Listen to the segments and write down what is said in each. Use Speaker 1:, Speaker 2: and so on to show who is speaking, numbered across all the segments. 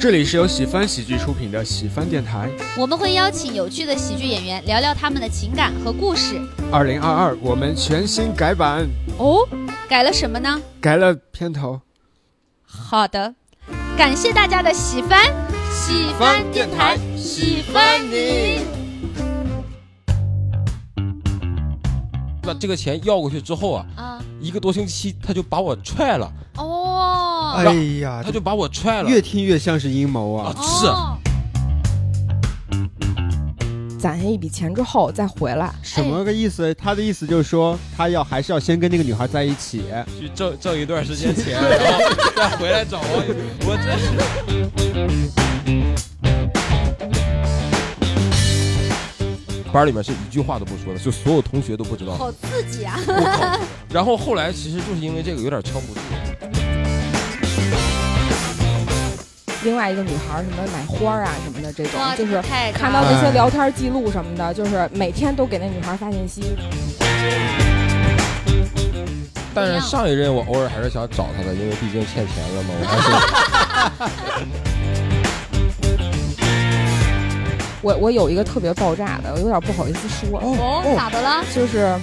Speaker 1: 这里是由喜翻喜剧出品的喜翻电台。
Speaker 2: 我们会邀请有趣的喜剧演员聊聊他们的情感和故事。
Speaker 1: 二零二二，我们全新改版，
Speaker 2: 哦，改了什么呢？
Speaker 1: 改了片头。
Speaker 2: 好的，感谢大家的喜欢，喜欢电台，喜欢你。
Speaker 3: 那这个钱要过去之后啊，
Speaker 2: 啊，
Speaker 3: 一个多星期他就把我踹了，
Speaker 2: 哦，
Speaker 1: 哎呀，
Speaker 3: 啊他就把我踹了。
Speaker 1: 越听越像是阴谋啊！
Speaker 3: 啊
Speaker 2: 哦，
Speaker 4: 攒下一笔钱之后再回来。
Speaker 1: 什么个意思？他的意思就是说，他要还是要先跟那个女孩在一起。
Speaker 3: 去挣挣一段时间钱，然后再回来找我。我真是班里面是一句话都不说的，就所有同学都不知道。
Speaker 2: 好刺激啊！
Speaker 3: 我靠！然后后来其实就是因为这个有点撑不住。
Speaker 4: 另外一个女孩儿什么买花儿啊什么的这种
Speaker 2: 哇，，
Speaker 4: 就是
Speaker 2: 太
Speaker 4: 看到
Speaker 1: 哎
Speaker 4: 那些聊天记录什么的，就是每天都给那女孩发信息。
Speaker 3: 但是上一任我偶尔还是想找他的，因为毕竟欠钱了嘛。我还是，
Speaker 4: 我我有一个特别爆炸的，我有点不好意思说，
Speaker 2: 哦，咋的了？
Speaker 4: 就是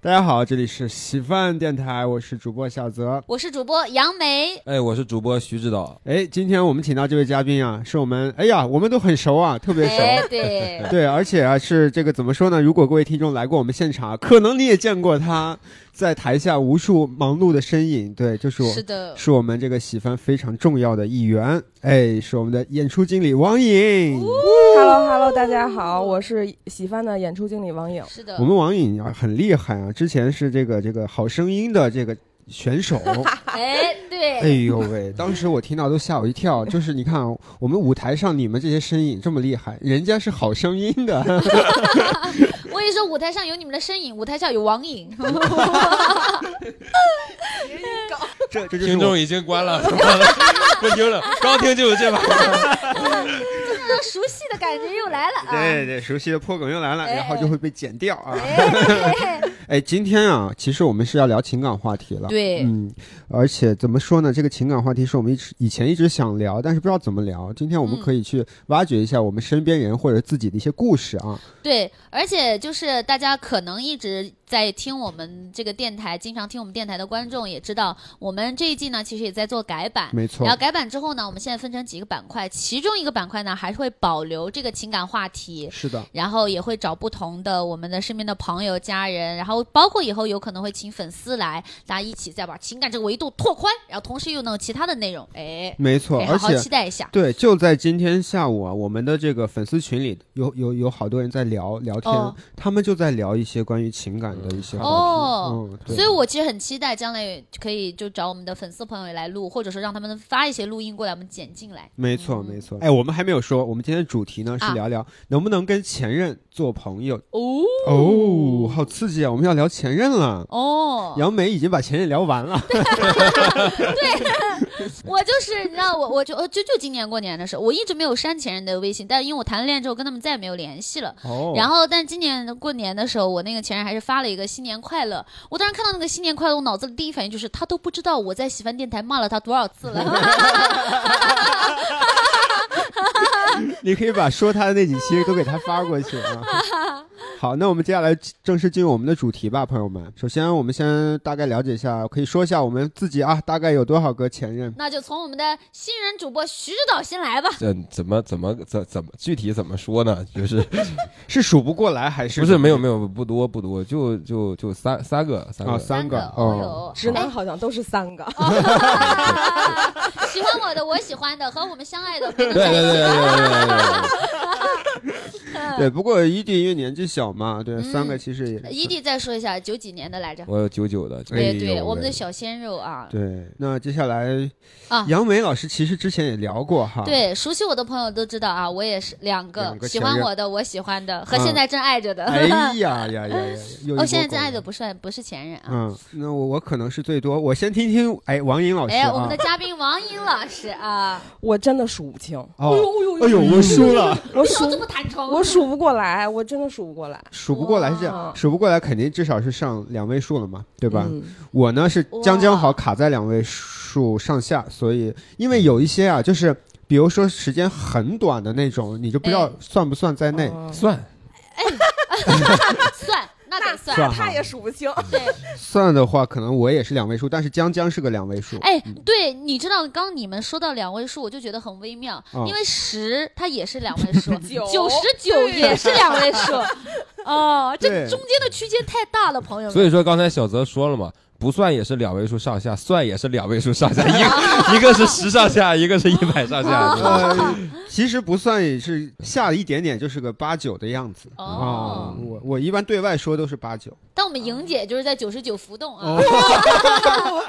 Speaker 1: 大家好，这里是喜饭电台，我是主播小泽。
Speaker 2: 我是主播杨梅
Speaker 3: 哎，我是主播徐指导，
Speaker 1: 哎，今天我们请到这位嘉宾啊，是我们，哎呀，我们都很熟啊，特别熟。
Speaker 2: 哎，对，
Speaker 1: 对，而且啊，是这个怎么说呢？如果各位听众来过我们现场，可能你也见过他在台下无数忙碌的身影。对，就是我，
Speaker 2: 是的，
Speaker 1: 是我们这个喜番非常重要的一员。哎，是我们的演出经理王颖。
Speaker 4: Hello Hello，大家好，我是喜番的演出经理王颖。
Speaker 2: 是的
Speaker 1: 我，们王颖啊，很厉害啊，之前是这个这个好声音的这个选手。
Speaker 2: 哎，
Speaker 1: 哎
Speaker 2: 对，
Speaker 1: 呦喂！当时我听到都吓我一跳，就是你看啊，我们舞台上你们这些身影这么厉害，人家是好声音 的，
Speaker 2: 我跟你说，舞台上有你们的身影，舞台上有王颖，
Speaker 1: 这这就是
Speaker 3: 听
Speaker 1: 我
Speaker 3: 众已经关了， 不听了，刚听就有这把。
Speaker 2: 那熟悉的感觉又来了啊！
Speaker 1: 对对，熟悉的破梗又来了，
Speaker 2: 哎
Speaker 1: 然后就会被剪掉啊。
Speaker 2: 哎，
Speaker 1: 哎，今天啊，其实我们是要聊情感话题了。
Speaker 2: 对
Speaker 1: 嗯，而且怎么说呢？这个情感话题是我们一直以前一直想聊，但是不知道怎么聊。今天我们
Speaker 2: 嗯
Speaker 1: 可以去挖掘一下我们身边人或者自己的一些故事啊。
Speaker 2: 对，而且就是大家可能一直在听我们这个电台，经常听我们电台的观众也知道，我们这一季呢其实也在做改版。
Speaker 1: 没错
Speaker 2: 然后，改版之后呢，我们现在分成几个板块，其中一个板块呢还是会保留这个情感话题，
Speaker 1: 是的，
Speaker 2: 然后也会找不同的我们的身边的朋友、家人，然后包括以后有可能会请粉丝来，大家一起再把情感这个维度拓宽，然后同时又能有其他的内容，哎，
Speaker 1: 没错，
Speaker 2: 哎
Speaker 1: 而
Speaker 2: 好好
Speaker 1: 且。
Speaker 2: 期待一下。
Speaker 1: 对，就在今天下午啊，我们的这个粉丝群里有有有好多人在聊聊天，
Speaker 2: 哦
Speaker 1: 他们就在聊一些关于情感的一些话题。
Speaker 2: 哦
Speaker 1: 嗯，对
Speaker 2: 所以，我其实很期待将来可以就找我们的粉丝朋友来录，或者说让他们发一些录音过来，我们剪进来。
Speaker 1: 没错，
Speaker 2: 嗯
Speaker 1: 没错。哎，我们还没有说，我们今天的主题呢是
Speaker 2: 啊
Speaker 1: 聊聊能不能跟前任做朋友。
Speaker 2: 哦
Speaker 1: 哦，好刺激啊！我们要聊前任了。
Speaker 2: 哦，
Speaker 1: 杨梅已经把前任聊完了。
Speaker 2: 我就是你知道我，我就呃就就今年过年的时候，我一直没有删前任的微信，但因为我谈了恋爱之后跟他们再也没有联系了。
Speaker 1: 哦
Speaker 2: 然
Speaker 1: 后
Speaker 2: 后，但今年过年的时候，我那个前任还是发了一个新年快乐。我当时看到那个新年快乐，我脑子里第一反应就是他都不知道我在喜欢电台骂了他多少次 了。
Speaker 1: 你可以把说他的那几期都给他发过去 啊。好，那我们接下来正式进入我们的主题吧，朋友们。首先，我们先大概了解一下，可以说一下我们自己啊，大概有多少个前任？
Speaker 2: 那就从我们的新人主播徐指导先来吧。
Speaker 3: 这呃怎么怎么怎怎么具体怎么说呢？就是
Speaker 1: 是数不过来还是
Speaker 3: 不是没有没有不多不多，就就就三三个三
Speaker 1: 啊？
Speaker 3: 个。
Speaker 1: 三个
Speaker 2: 三个哦
Speaker 1: 哦。
Speaker 2: 哟
Speaker 4: 直男好像都是三个，
Speaker 2: 喜欢我的，我喜欢的，和我们相爱的，
Speaker 3: 对对对对对对
Speaker 1: 对，不过伊迪因为年纪小嘛，对，
Speaker 2: 嗯
Speaker 1: 三个其实也
Speaker 2: 伊迪再说一下，九几年的来着？
Speaker 3: 我有九九 的，
Speaker 1: 哎呦
Speaker 2: 对对，我们
Speaker 3: 喂
Speaker 2: 的小鲜肉啊，
Speaker 1: 对。那接下来
Speaker 2: 啊
Speaker 1: 杨梅老师其实之前也聊过哈，
Speaker 2: 对，熟悉我的朋友都知道啊，我也是两个
Speaker 1: 两个
Speaker 2: 喜
Speaker 1: 前
Speaker 2: 欢
Speaker 1: 任
Speaker 2: 我的，我喜欢的，和
Speaker 1: 嗯
Speaker 2: 现在正爱着的。
Speaker 1: 哎呀呀呀 呀！又一
Speaker 2: 哦，
Speaker 1: 波
Speaker 2: 现在
Speaker 1: 狗
Speaker 2: 正爱
Speaker 1: 粮
Speaker 2: 的不算不是前任啊。
Speaker 1: 嗯，那我我可能是最多，我先听听，哎，王颖老师
Speaker 2: 哎，我
Speaker 1: 啊
Speaker 2: 们的，嘉宾王颖老师啊，
Speaker 4: 我真的数不清。
Speaker 1: 哦，
Speaker 2: 呦
Speaker 1: 哎 呦，我输了，
Speaker 4: 我
Speaker 2: 为什么
Speaker 4: 数
Speaker 2: 这么坦诚？
Speaker 4: 我数数不过来，我真的数不过来，
Speaker 1: 数不过来是这
Speaker 4: 哇
Speaker 1: 样，数不过来肯定至少是上两位数了嘛，对
Speaker 4: 对
Speaker 1: 吧？
Speaker 2: 嗯
Speaker 1: 我呢是将将好卡在两位数上下，所以因为有一些啊，就是比如说时间很短的那种，你就不知道
Speaker 2: 哎
Speaker 1: 算不算在内。
Speaker 3: 算
Speaker 2: 算，那 得
Speaker 1: 算
Speaker 2: 算。
Speaker 4: 他
Speaker 1: 哈
Speaker 4: 也数不清，，
Speaker 2: 对，
Speaker 1: 算的话，可能我也是两位数，但是将将是个两位数。
Speaker 2: 哎，对，你知道刚刚你们说到两位数，我就觉得很微妙，
Speaker 1: 嗯
Speaker 2: 因为十它也是两位数
Speaker 4: 九
Speaker 2: 九十九
Speaker 4: 对
Speaker 2: 也是两位 数，哦，这
Speaker 1: 对
Speaker 2: 中间的区间太大了，朋友
Speaker 3: 所
Speaker 2: 们。
Speaker 3: 以说刚才小泽说了嘛，不算也是两位数上下，算也是两位数上下，一个 一个是十上下，一个是一百上下。对吧
Speaker 1: 呃，其实不算也是下一点点，就是个八九的样子。
Speaker 2: 哦
Speaker 1: 啊我我一般对外说都是八九。
Speaker 2: 但我们莹姐就是在九十九浮动啊，
Speaker 4: 没有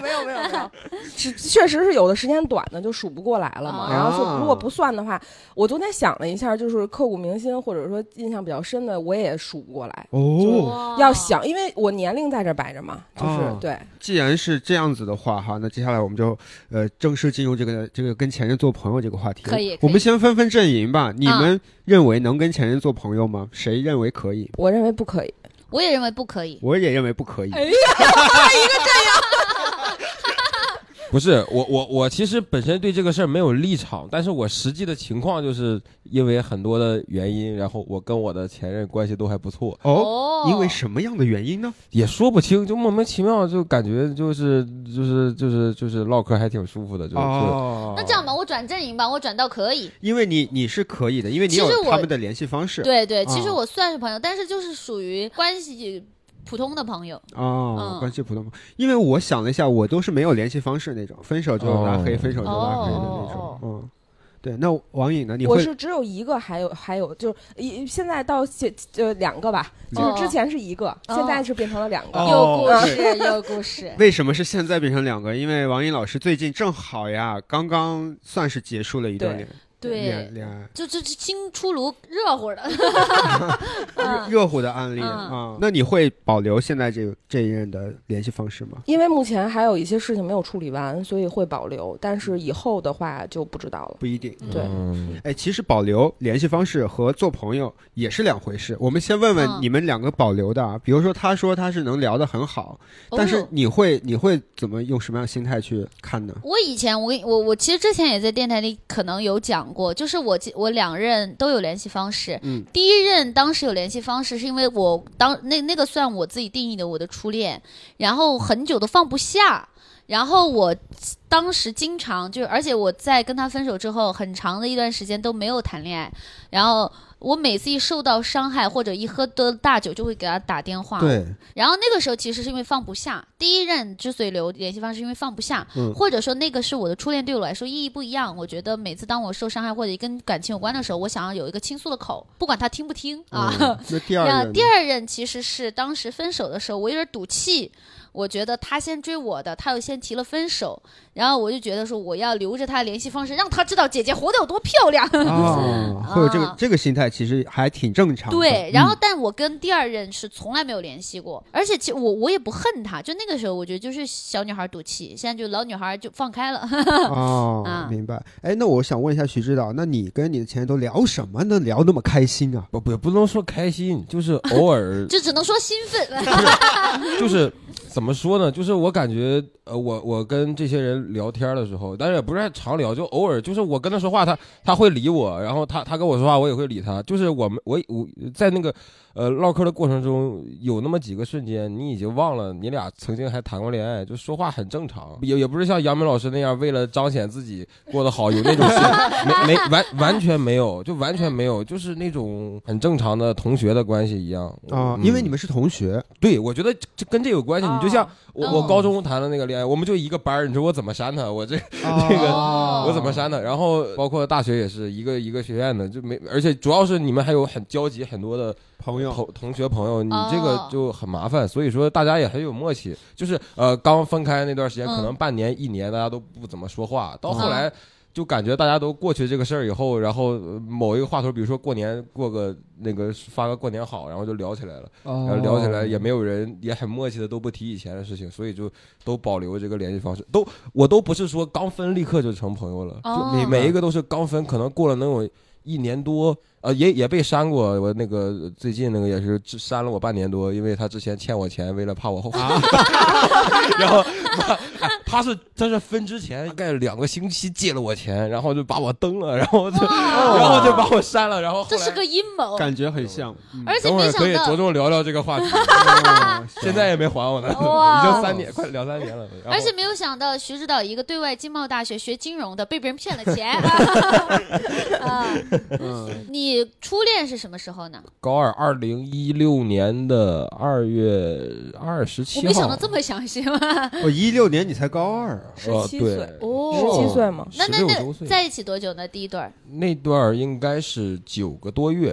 Speaker 4: 没有没有， 是确实是有的时间短的就数不过来了嘛。
Speaker 2: 啊
Speaker 4: 然后就如果不算的话，我昨天想了一下，就是刻骨铭心或者说印象比较深的，我也数不过来。
Speaker 1: 哦，
Speaker 2: 哇
Speaker 4: 要想，因为我年龄在这摆着嘛，就是
Speaker 1: 哦
Speaker 4: 对，
Speaker 1: 既然是这样子的话哈，那接下来我们就呃正式进入这个这个跟前任做朋友这个话题。
Speaker 2: 可以可以
Speaker 1: 我们先分分阵营吧。你们认为能跟前任做朋友吗？谁认为可以？
Speaker 4: 我认为不可以。
Speaker 2: 我也认为不可以。
Speaker 1: 我也认为不可以。
Speaker 3: 不是我我我其实本身对这个事儿没有立场，但是我实际的情况就是因为很多的原因，然后我跟我的前任关系都还不错，
Speaker 1: 哦，
Speaker 2: 哦
Speaker 1: 因为什么样的原因呢？
Speaker 3: 也说不清，就莫名其妙就感觉就是就是就是就是唠嗑还挺舒服的，就就
Speaker 1: 哦
Speaker 2: 那这样吧，我转阵营吧，我转到可以。
Speaker 1: 因为你你是可以的，因为你
Speaker 2: 其实
Speaker 1: 有
Speaker 2: 我
Speaker 1: 他们的联系方式。
Speaker 2: 对对，其实
Speaker 1: 啊
Speaker 2: 我算是朋友，但是就是属于关系普通的朋友。
Speaker 1: 哦
Speaker 2: 嗯，
Speaker 1: 关系普通，因为我想了一下，我都是没有联系方式那种，分手就拉黑，
Speaker 3: 哦
Speaker 1: 分手就拉黑的那
Speaker 2: 哦
Speaker 1: 种。嗯，对。那王颖呢？你
Speaker 4: 我
Speaker 1: 会
Speaker 4: 是只有一个，还有还有就是一现在到现呃两个吧，
Speaker 1: 嗯
Speaker 4: 就是之前是一个，现在是变成了两个。
Speaker 1: 哦
Speaker 2: 有故事，有故事。
Speaker 1: 为什么是现在变成两个？因为王颖老师最近正好呀，刚刚算是结束了一段
Speaker 4: 对
Speaker 1: 恋
Speaker 2: 对
Speaker 1: 恋，恋爱
Speaker 2: 就这这新出炉热乎的。
Speaker 1: 热
Speaker 2: 嗯
Speaker 1: 热乎的案例
Speaker 2: 嗯
Speaker 1: 啊。那你会保留现在这这一任的联系方式吗？
Speaker 4: 因为目前还有一些事情没有处理完，所以会保留，但是以后的话就不知道了。
Speaker 1: 不一定。
Speaker 2: 嗯
Speaker 4: 对
Speaker 3: 嗯
Speaker 1: 哎，其实保留联系方式和做朋友也是两回事。我们先问
Speaker 2: 嗯
Speaker 1: 问你们两个保留的啊，比如说他说他是能聊得很好，但
Speaker 2: 哦
Speaker 1: 是
Speaker 2: 呦
Speaker 1: 你会你会怎么用什么样的心态去看呢？
Speaker 2: 我以前我跟我我其实之前也在电台里可能有讲过，就是我记我两任都有联系方式。
Speaker 1: 嗯
Speaker 2: 第一任当时有联系方式，是因为我当那那个算我自己定义的我的初恋，然后很久都放不下。然后我当时经常就是，而且我在跟他分手之后，很长的一段时间都没有谈恋爱。然后我每次一受到伤害或者一喝多大酒，就会给他打电话。
Speaker 1: 对，
Speaker 2: 然后那个时候其实是因为放不下，第一任之所以留联系方式，是因为放不下，
Speaker 1: 嗯
Speaker 2: 或者说那个是我的初恋，对我来说意义不一样。我觉得每次当我受伤害啊或者跟感情有关的时候，我想要有一个倾诉的口，不管他听不听啊。
Speaker 1: 嗯那第二
Speaker 2: 那
Speaker 1: 任呢
Speaker 2: 第二任其实是当时分手的时候，我有点赌气，我觉得他先追我的，他又先提了分手，然后我就觉得说我要留着他的联系方式，让他知道姐姐活得有多漂亮。
Speaker 1: 哦，会有这个
Speaker 2: 啊
Speaker 1: 这个心态，其实还挺正常的。
Speaker 2: 对，然后
Speaker 1: 嗯
Speaker 2: 但我跟第二任是从来没有联系过，而且其实我我也不恨他，就那个时候我觉得就是小女孩赌气，现在就老女孩就放开了。
Speaker 1: 哦
Speaker 2: 啊，
Speaker 1: 明白。哎，那我想问一下徐指导，那你跟你的前任都聊什么呢？聊那么开心啊？
Speaker 3: 不不不能说开心，就是偶尔
Speaker 2: 就只能说兴奋，
Speaker 3: 就是怎么说呢？就是我感觉，呃，我我跟这些人聊天的时候，但是也不是常聊，就偶尔，就是我跟他说话，他他会理我，然后他他跟我说话，我也会理他。就是我们我我在那个呃唠嗑的过程中，有那么几个瞬间，你已经忘了你俩曾经还谈过恋爱，就说话很正常，也也不是像杨明老师那样为了彰显自己过得好有那种心没没完完全没有，就完全没有，就是那种很正常的同学的关系一样
Speaker 1: 啊，
Speaker 3: 嗯
Speaker 1: 因为你们是同学，
Speaker 3: 对，我觉得这这跟这有关系。你就像
Speaker 4: 哦
Speaker 3: 我，
Speaker 2: 哦
Speaker 3: 我高中谈的那个恋爱，我们就一个班儿，你说我怎么删他？我这
Speaker 1: 这
Speaker 3: 个
Speaker 2: 哦
Speaker 3: 我怎么删他？然后包括大学也是一个一个学院的，就没，而且主要是你们还有很交集很多的
Speaker 1: 朋友？
Speaker 3: 同同学朋友，你
Speaker 2: 哦
Speaker 3: 这个就很麻烦。所以说大家也很有默契，就是呃刚分开那段时间，
Speaker 2: 嗯
Speaker 3: 可能半年一年大家都不怎么说话，到
Speaker 1: 嗯
Speaker 3: 后来。就感觉大家都过去这个事儿以后，然后呃某一个话头，比如说过年过个那个发个过年好，然后就聊起来了。
Speaker 1: 哦
Speaker 3: 然后聊起来也没有人，也很默契的都不提以前的事情，所以就都保留这个联系方式。都我都不是说刚分立刻就成朋友了，
Speaker 2: 哦
Speaker 3: 就每每一个都是刚分，可能过了能有一年多啊、呃，也也被删过。我那个最近那个也是只删了我半年多，因为他之前欠我钱，为了怕我后，然后他哎他是他是分之前大概两个星期借了我钱，然后就把我登了，然后就然后就把我删了，然后后
Speaker 2: 这
Speaker 3: 来
Speaker 2: 是个阴谋，
Speaker 1: 感觉很像。嗯
Speaker 2: 而且
Speaker 3: 等会
Speaker 2: 没
Speaker 3: 儿可
Speaker 2: 想
Speaker 3: 以着
Speaker 2: 到，
Speaker 3: 重 聊聊这个话题，
Speaker 1: 啊
Speaker 3: 现在也没还我呢，
Speaker 2: 哇
Speaker 3: 已经三年快两三 年了。然后
Speaker 2: 而且没有想到徐指导一个对外经贸大学学金融的被别人骗了 钱。啊，
Speaker 1: 嗯，
Speaker 2: 你初恋是什么时候呢？
Speaker 3: 高二二零一六年的二月二十
Speaker 2: 我
Speaker 3: 七号，
Speaker 2: 没想到这么详细吗？
Speaker 1: 我哦一六年你才高二，啊
Speaker 4: 十
Speaker 3: 呃
Speaker 4: 七
Speaker 3: 对
Speaker 4: 岁，十
Speaker 2: 哦
Speaker 4: 七岁吗？
Speaker 2: 那那
Speaker 3: 16周
Speaker 2: 那
Speaker 3: 岁
Speaker 2: 在一起多久呢？第一对儿，
Speaker 3: 那段儿应该是九个多月，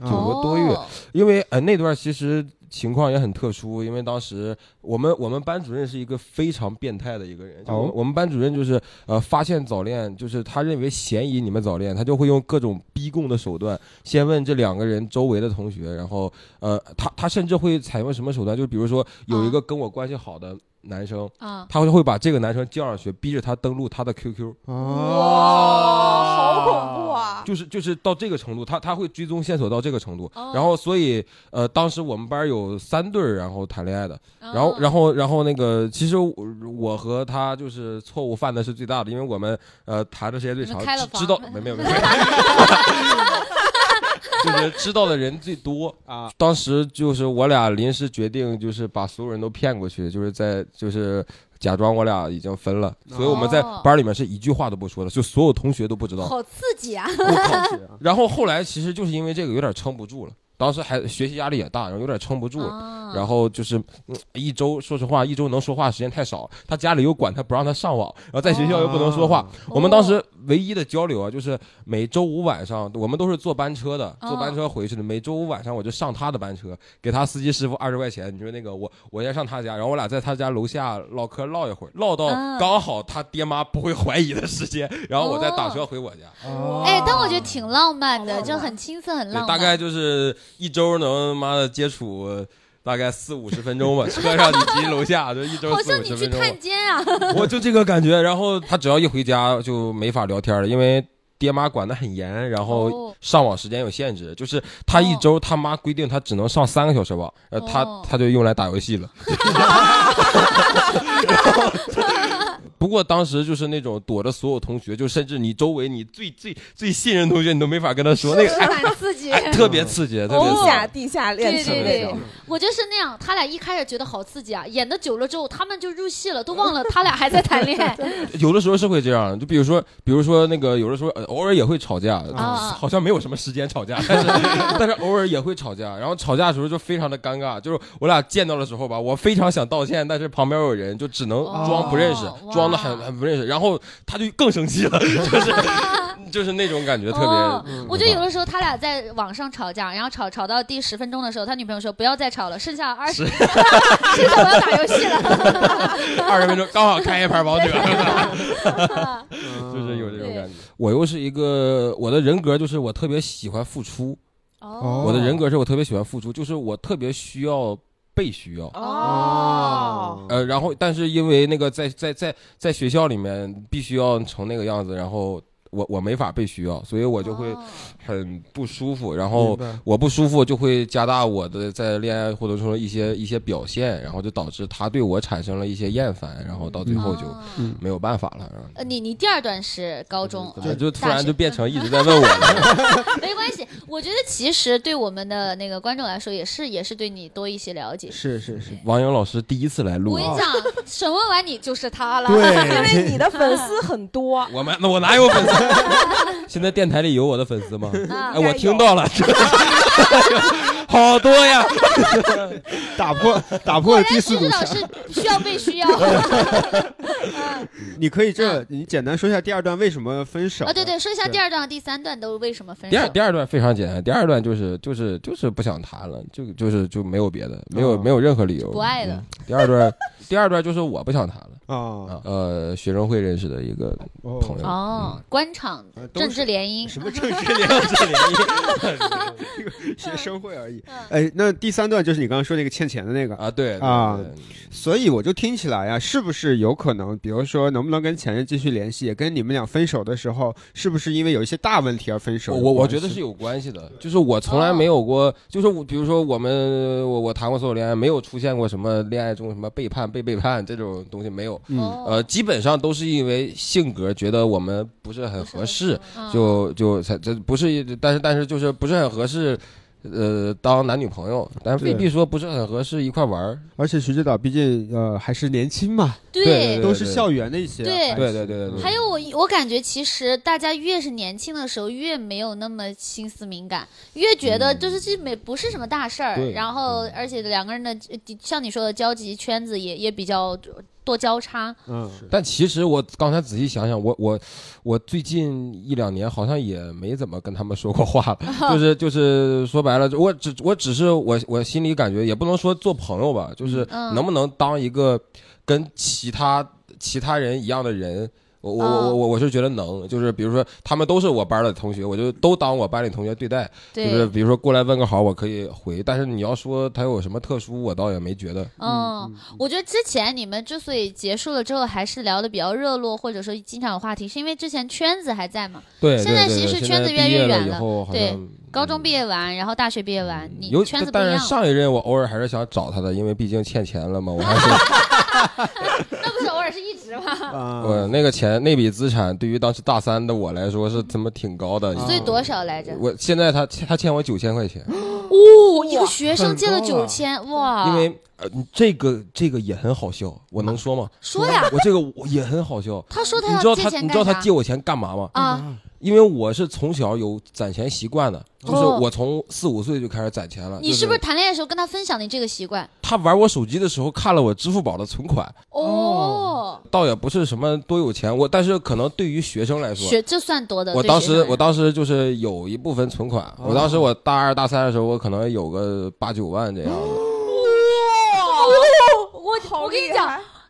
Speaker 1: 啊
Speaker 3: 九个多月
Speaker 2: 哦
Speaker 3: 因为呃那段儿其实情况也很特殊，因为当时我们我们班主任是一个非常变态的一个人，就我
Speaker 1: 哦
Speaker 3: 们我们班主任就是呃发现早恋，就是他认为嫌疑你们早恋，他就会用各种逼供的手段，先问这两个人周围的同学，然后呃他他甚至会采用什么手段，就比如说有一个跟我关系好的男生，
Speaker 2: 啊，
Speaker 3: 他会会把这个男生叫上去，逼着他登录他的 QQ。
Speaker 1: 啊哇！
Speaker 4: 啊！
Speaker 3: 就是就是到这个程度，他他会追踪线索到这个程度，
Speaker 2: 哦
Speaker 3: 然后所以呃，当时我们班有三对儿，然后谈恋爱的，
Speaker 2: 然
Speaker 3: 然后然后然后那个，其实我我和他就是错误犯的是最大的，因为我们呃谈的时间最
Speaker 2: 你们
Speaker 3: 长
Speaker 2: 开了，
Speaker 3: 知
Speaker 2: 房
Speaker 3: 知道
Speaker 2: 吗
Speaker 3: 没没 有没有，就是知道的人最多。
Speaker 1: 啊，
Speaker 3: 当时就是我俩临时决定，就是把所有人都骗过去，就是在就是。假装我俩已经分了，所以我们在
Speaker 2: 哦
Speaker 3: 班里面是一句话都不说的，就所有同学都不知道。
Speaker 2: 好刺激啊！
Speaker 1: 我靠啊！
Speaker 3: 然后后来其实就是因为这个有点撑不住了，当时还学习压力也大，然后有点撑不住了。
Speaker 2: 啊
Speaker 3: 然后就是、嗯一周，说实话，一周能说话时间太少，他家里又管他不让他上网，然后在学校又不能说话。我们当时唯一的交流啊，就是每周五晚上，我们都是坐班车的，
Speaker 2: 哦
Speaker 3: 坐班车回去的。每周五晚上我就上他的班车，给他司机师傅二十块钱。你说那个我我先上他家，然后我俩在他家楼下唠嗑唠一会儿，唠到
Speaker 2: 啊
Speaker 3: 刚好他爹妈不会怀疑的时间，然后我再打
Speaker 2: 哦
Speaker 3: 车回我家。
Speaker 1: 哦
Speaker 2: 哎，但我觉得挺浪漫
Speaker 4: 好
Speaker 2: 的，
Speaker 4: 浪漫
Speaker 2: 就很青涩，很
Speaker 3: 对
Speaker 2: 浪，漫。
Speaker 3: 大概就是一周能妈的接触大概四五十分 钟吧，车上以及楼下就一周
Speaker 2: 好
Speaker 3: 四
Speaker 2: 像
Speaker 3: 五
Speaker 2: 你
Speaker 3: 十
Speaker 2: 去
Speaker 3: 分钟吧
Speaker 2: 探，监啊！
Speaker 3: 我就这个感觉。然后他只要一回家就没法聊天了，因为。爹妈管得很严，然后
Speaker 2: 哦
Speaker 3: 上网时间有限制，就是他一周他妈规定他只能上三个小时网，呃，他
Speaker 2: 哦
Speaker 3: 他就用来打 游戏了。不过当时就是那种躲着所有同学，就甚至你周围你最最最信任同学，你都没法跟他 说那个，哎
Speaker 2: 很刺激
Speaker 3: 哎，特别刺激，特别
Speaker 4: 地
Speaker 2: 哦
Speaker 3: 刺激。
Speaker 4: 下地下恋情那种，
Speaker 2: 我就是那样，他俩一开始觉得好刺激啊，演的久了之后，他们就入戏了，都忘了他俩还在谈恋 爱。
Speaker 3: 有的时候是会这样，就比如说，比如说那个，有的时候呃偶尔也会吵架，
Speaker 2: 啊
Speaker 3: 好像没有什么时 间吵架，但是但是偶尔也会吵架。然后吵架的时候就非常的尴尬，就是我俩见到的时候吧，我非常想道歉，但是旁边有人就只能装不认识，
Speaker 2: 哦哇
Speaker 3: 装的很很不认识，然后他就更生气了，就是 就是那种感觉特别。
Speaker 2: 哦
Speaker 1: 嗯
Speaker 2: 我觉得有的时候他俩在网上吵架，然后吵吵到第十分钟的时候，他女朋友说不要再吵了，剩下二十，剩 下我要打游戏 了。
Speaker 3: 二十分钟刚好开一 盘王者，
Speaker 1: 就
Speaker 3: 就是有这种
Speaker 2: 对
Speaker 3: 感觉。我又是一个我的人格就是我特别喜欢付出，
Speaker 1: 哦
Speaker 3: 我的人格是我特别喜欢付出，就是我特别需要被需要。
Speaker 4: 哦，
Speaker 3: 呃，然后但是因为那个在在在在学校里面必须要成那个样子，然后我我没法被需要，所以我就会
Speaker 2: 哦
Speaker 3: 很不舒服，然
Speaker 1: 明
Speaker 3: 后
Speaker 1: 白
Speaker 3: 我不舒服就会加大我的在恋爱过程中的一些一些表现，然后就导致他对我产生了一些厌烦，然后到最后就
Speaker 2: 哦
Speaker 1: 嗯
Speaker 3: 没有办法了，然后
Speaker 2: 呃，你你第二段是高中，
Speaker 3: 就就突
Speaker 2: 大
Speaker 3: 然
Speaker 2: 学
Speaker 3: 就变 成一直在问我了
Speaker 2: 没关系，我觉得其实对我们的那个观众来说，也是也是对你多一些了解。
Speaker 1: 是是是，
Speaker 3: 王颖老师第一次来录
Speaker 2: 我跟
Speaker 3: 啊
Speaker 2: 你讲，审问完你就是他 了。
Speaker 4: 因
Speaker 1: 对，
Speaker 4: 为你的粉丝很多，
Speaker 3: 我们那 我哪有粉丝？现在电台里有我的粉 丝吗？
Speaker 2: 啊
Speaker 3: 哎，我听到了，好多 呀！
Speaker 1: 打破打
Speaker 2: 果
Speaker 1: 破
Speaker 2: 然，
Speaker 1: 第
Speaker 2: 徐
Speaker 1: 四
Speaker 2: 指
Speaker 1: 堵
Speaker 2: 导
Speaker 1: 墙。
Speaker 2: 是需要被需要啊
Speaker 1: 你可以这，你简单说一下第二段为什么分手？
Speaker 2: 啊！对对，，说一下
Speaker 1: 对
Speaker 2: 第二段和第三段都为什么分
Speaker 3: 第
Speaker 2: 手
Speaker 3: 二。第二段非常简单，第二段就是就是就是不想谈了，就就是就没有别的，没有、
Speaker 1: 啊
Speaker 3: 没有任何理由，
Speaker 2: 哦不爱了
Speaker 3: 嗯第二段第二段就是我不想谈了，
Speaker 1: 啊，
Speaker 3: 呃，学生会认识的一个
Speaker 1: 哦
Speaker 3: 朋友，
Speaker 2: 哦，官场
Speaker 1: 呃都
Speaker 2: 政
Speaker 1: 是
Speaker 2: 治联 姻
Speaker 1: 什么政治联姻？学生会而已。题。
Speaker 2: 嗯
Speaker 1: 哎，那第三段就是你刚刚说那个欠钱的那个，
Speaker 3: 啊，对
Speaker 1: 啊，
Speaker 3: 对对
Speaker 1: 所以我就听起来呀、是不是有可能，比如说能不能跟前任继续联系，也跟你们俩分手的时候，是不是因为有一些大问题而分手
Speaker 3: 我
Speaker 1: 有关系？
Speaker 3: 我我觉得是有关系的，就是我从
Speaker 2: 哦
Speaker 3: 来没有过，就是我比如说我们我我谈过所有恋爱，没有出现过什么恋爱中什么背叛、被背叛这种东西没有，
Speaker 1: 嗯，
Speaker 2: 哦
Speaker 3: 呃，基本上都是因为性格觉得我们不是很合适，
Speaker 2: 嗯
Speaker 3: 就就才这不是，但是但是就是不是很合适。呃，当男女朋友，但是未必说不是很合适一块玩儿。
Speaker 1: 而且徐指导毕竟呃还是年轻嘛，
Speaker 3: 对
Speaker 1: 都是校园的一些，啊
Speaker 2: 对
Speaker 1: 还是
Speaker 3: 对对对对对
Speaker 2: 还有我，我感觉其实大家越是年轻的时候，越没有那么心思敏感，越觉得就是这没不是什么大事儿。
Speaker 3: 嗯对嗯
Speaker 2: 然后，而且两个人的呃像你说的交集圈子也也比较多交叉。
Speaker 1: 嗯，
Speaker 3: 但其实我刚才仔细想想，我我我最近一两年好像也没怎么跟他们说过话 了，就是就是说白了，我只我只是我我心里感觉也不能说做朋友吧，就是
Speaker 2: 嗯
Speaker 3: 能不能当一个跟其他其他人一样的人。我我我我我是觉得能，就是比如说他们都是我班的同学，我就都当我班里同学对待，就
Speaker 2: 对，
Speaker 3: 是比如说过来问个好，我可以回，但是你要说他有什么特殊，我倒也没觉得。
Speaker 2: 嗯，我觉得之前你们之所以结束了之后还是聊的比较热络，或者说经常有话题，是因为之前圈子还在嘛。
Speaker 3: 对，
Speaker 2: 现在
Speaker 3: 对对
Speaker 2: 其实
Speaker 3: 对
Speaker 2: 圈子
Speaker 3: 现
Speaker 2: 越来
Speaker 3: 在毕
Speaker 2: 越
Speaker 3: 业了
Speaker 2: 远
Speaker 3: 以
Speaker 2: 了
Speaker 3: 后好
Speaker 2: 对
Speaker 3: 像
Speaker 2: 高中
Speaker 3: 嗯
Speaker 2: 毕业完，然后大学毕业完，你
Speaker 3: 有，
Speaker 2: 圈子不
Speaker 3: 但
Speaker 2: 一
Speaker 3: 是
Speaker 2: 样了，
Speaker 3: 上一任我偶尔还是想找他的，因为毕竟欠钱了嘛，我还是
Speaker 2: 那不是偶尔是一直吗？
Speaker 3: 我
Speaker 1: 啊，
Speaker 3: 那个钱那笔资产对于当时大三的我来说是他妈挺高的。
Speaker 1: 啊
Speaker 2: 所以嗯多少来着？
Speaker 3: 我现在他他欠我九千块钱，
Speaker 2: 哦，一个学生
Speaker 1: 很
Speaker 2: 借了
Speaker 1: 高
Speaker 2: 九
Speaker 1: 了
Speaker 2: 千，哇！
Speaker 3: 啊因为呃这个这个也很好笑，我能说吗？
Speaker 2: 说呀，
Speaker 3: 我这个我也很好笑。
Speaker 2: 他说他
Speaker 3: 你知道
Speaker 2: 要借
Speaker 3: 他
Speaker 2: 钱
Speaker 3: 你知道
Speaker 2: 干
Speaker 3: 他
Speaker 2: 啥
Speaker 3: 借我钱干嘛吗？
Speaker 2: 啊？
Speaker 3: 因为我是从小有攒钱习惯的，就是
Speaker 2: 哦
Speaker 3: 我从四五岁就开始攒钱了。
Speaker 2: 你
Speaker 3: 就是
Speaker 2: 不是谈恋爱的时候跟他分享你这个习惯？
Speaker 3: 他玩我手机的时候看了我支付宝的存款？
Speaker 2: 哦，
Speaker 3: 倒也不是什么多有钱，我但是可能对于学生来说，
Speaker 2: 学这算多的。
Speaker 3: 我
Speaker 2: 对
Speaker 3: 当
Speaker 2: 学
Speaker 3: 时
Speaker 2: 生
Speaker 3: 我当时就是有一部分存款，我当时我大二大三的时候，我可能有个八九万这样
Speaker 2: 哦
Speaker 3: 子。
Speaker 2: 我我跟你讲，，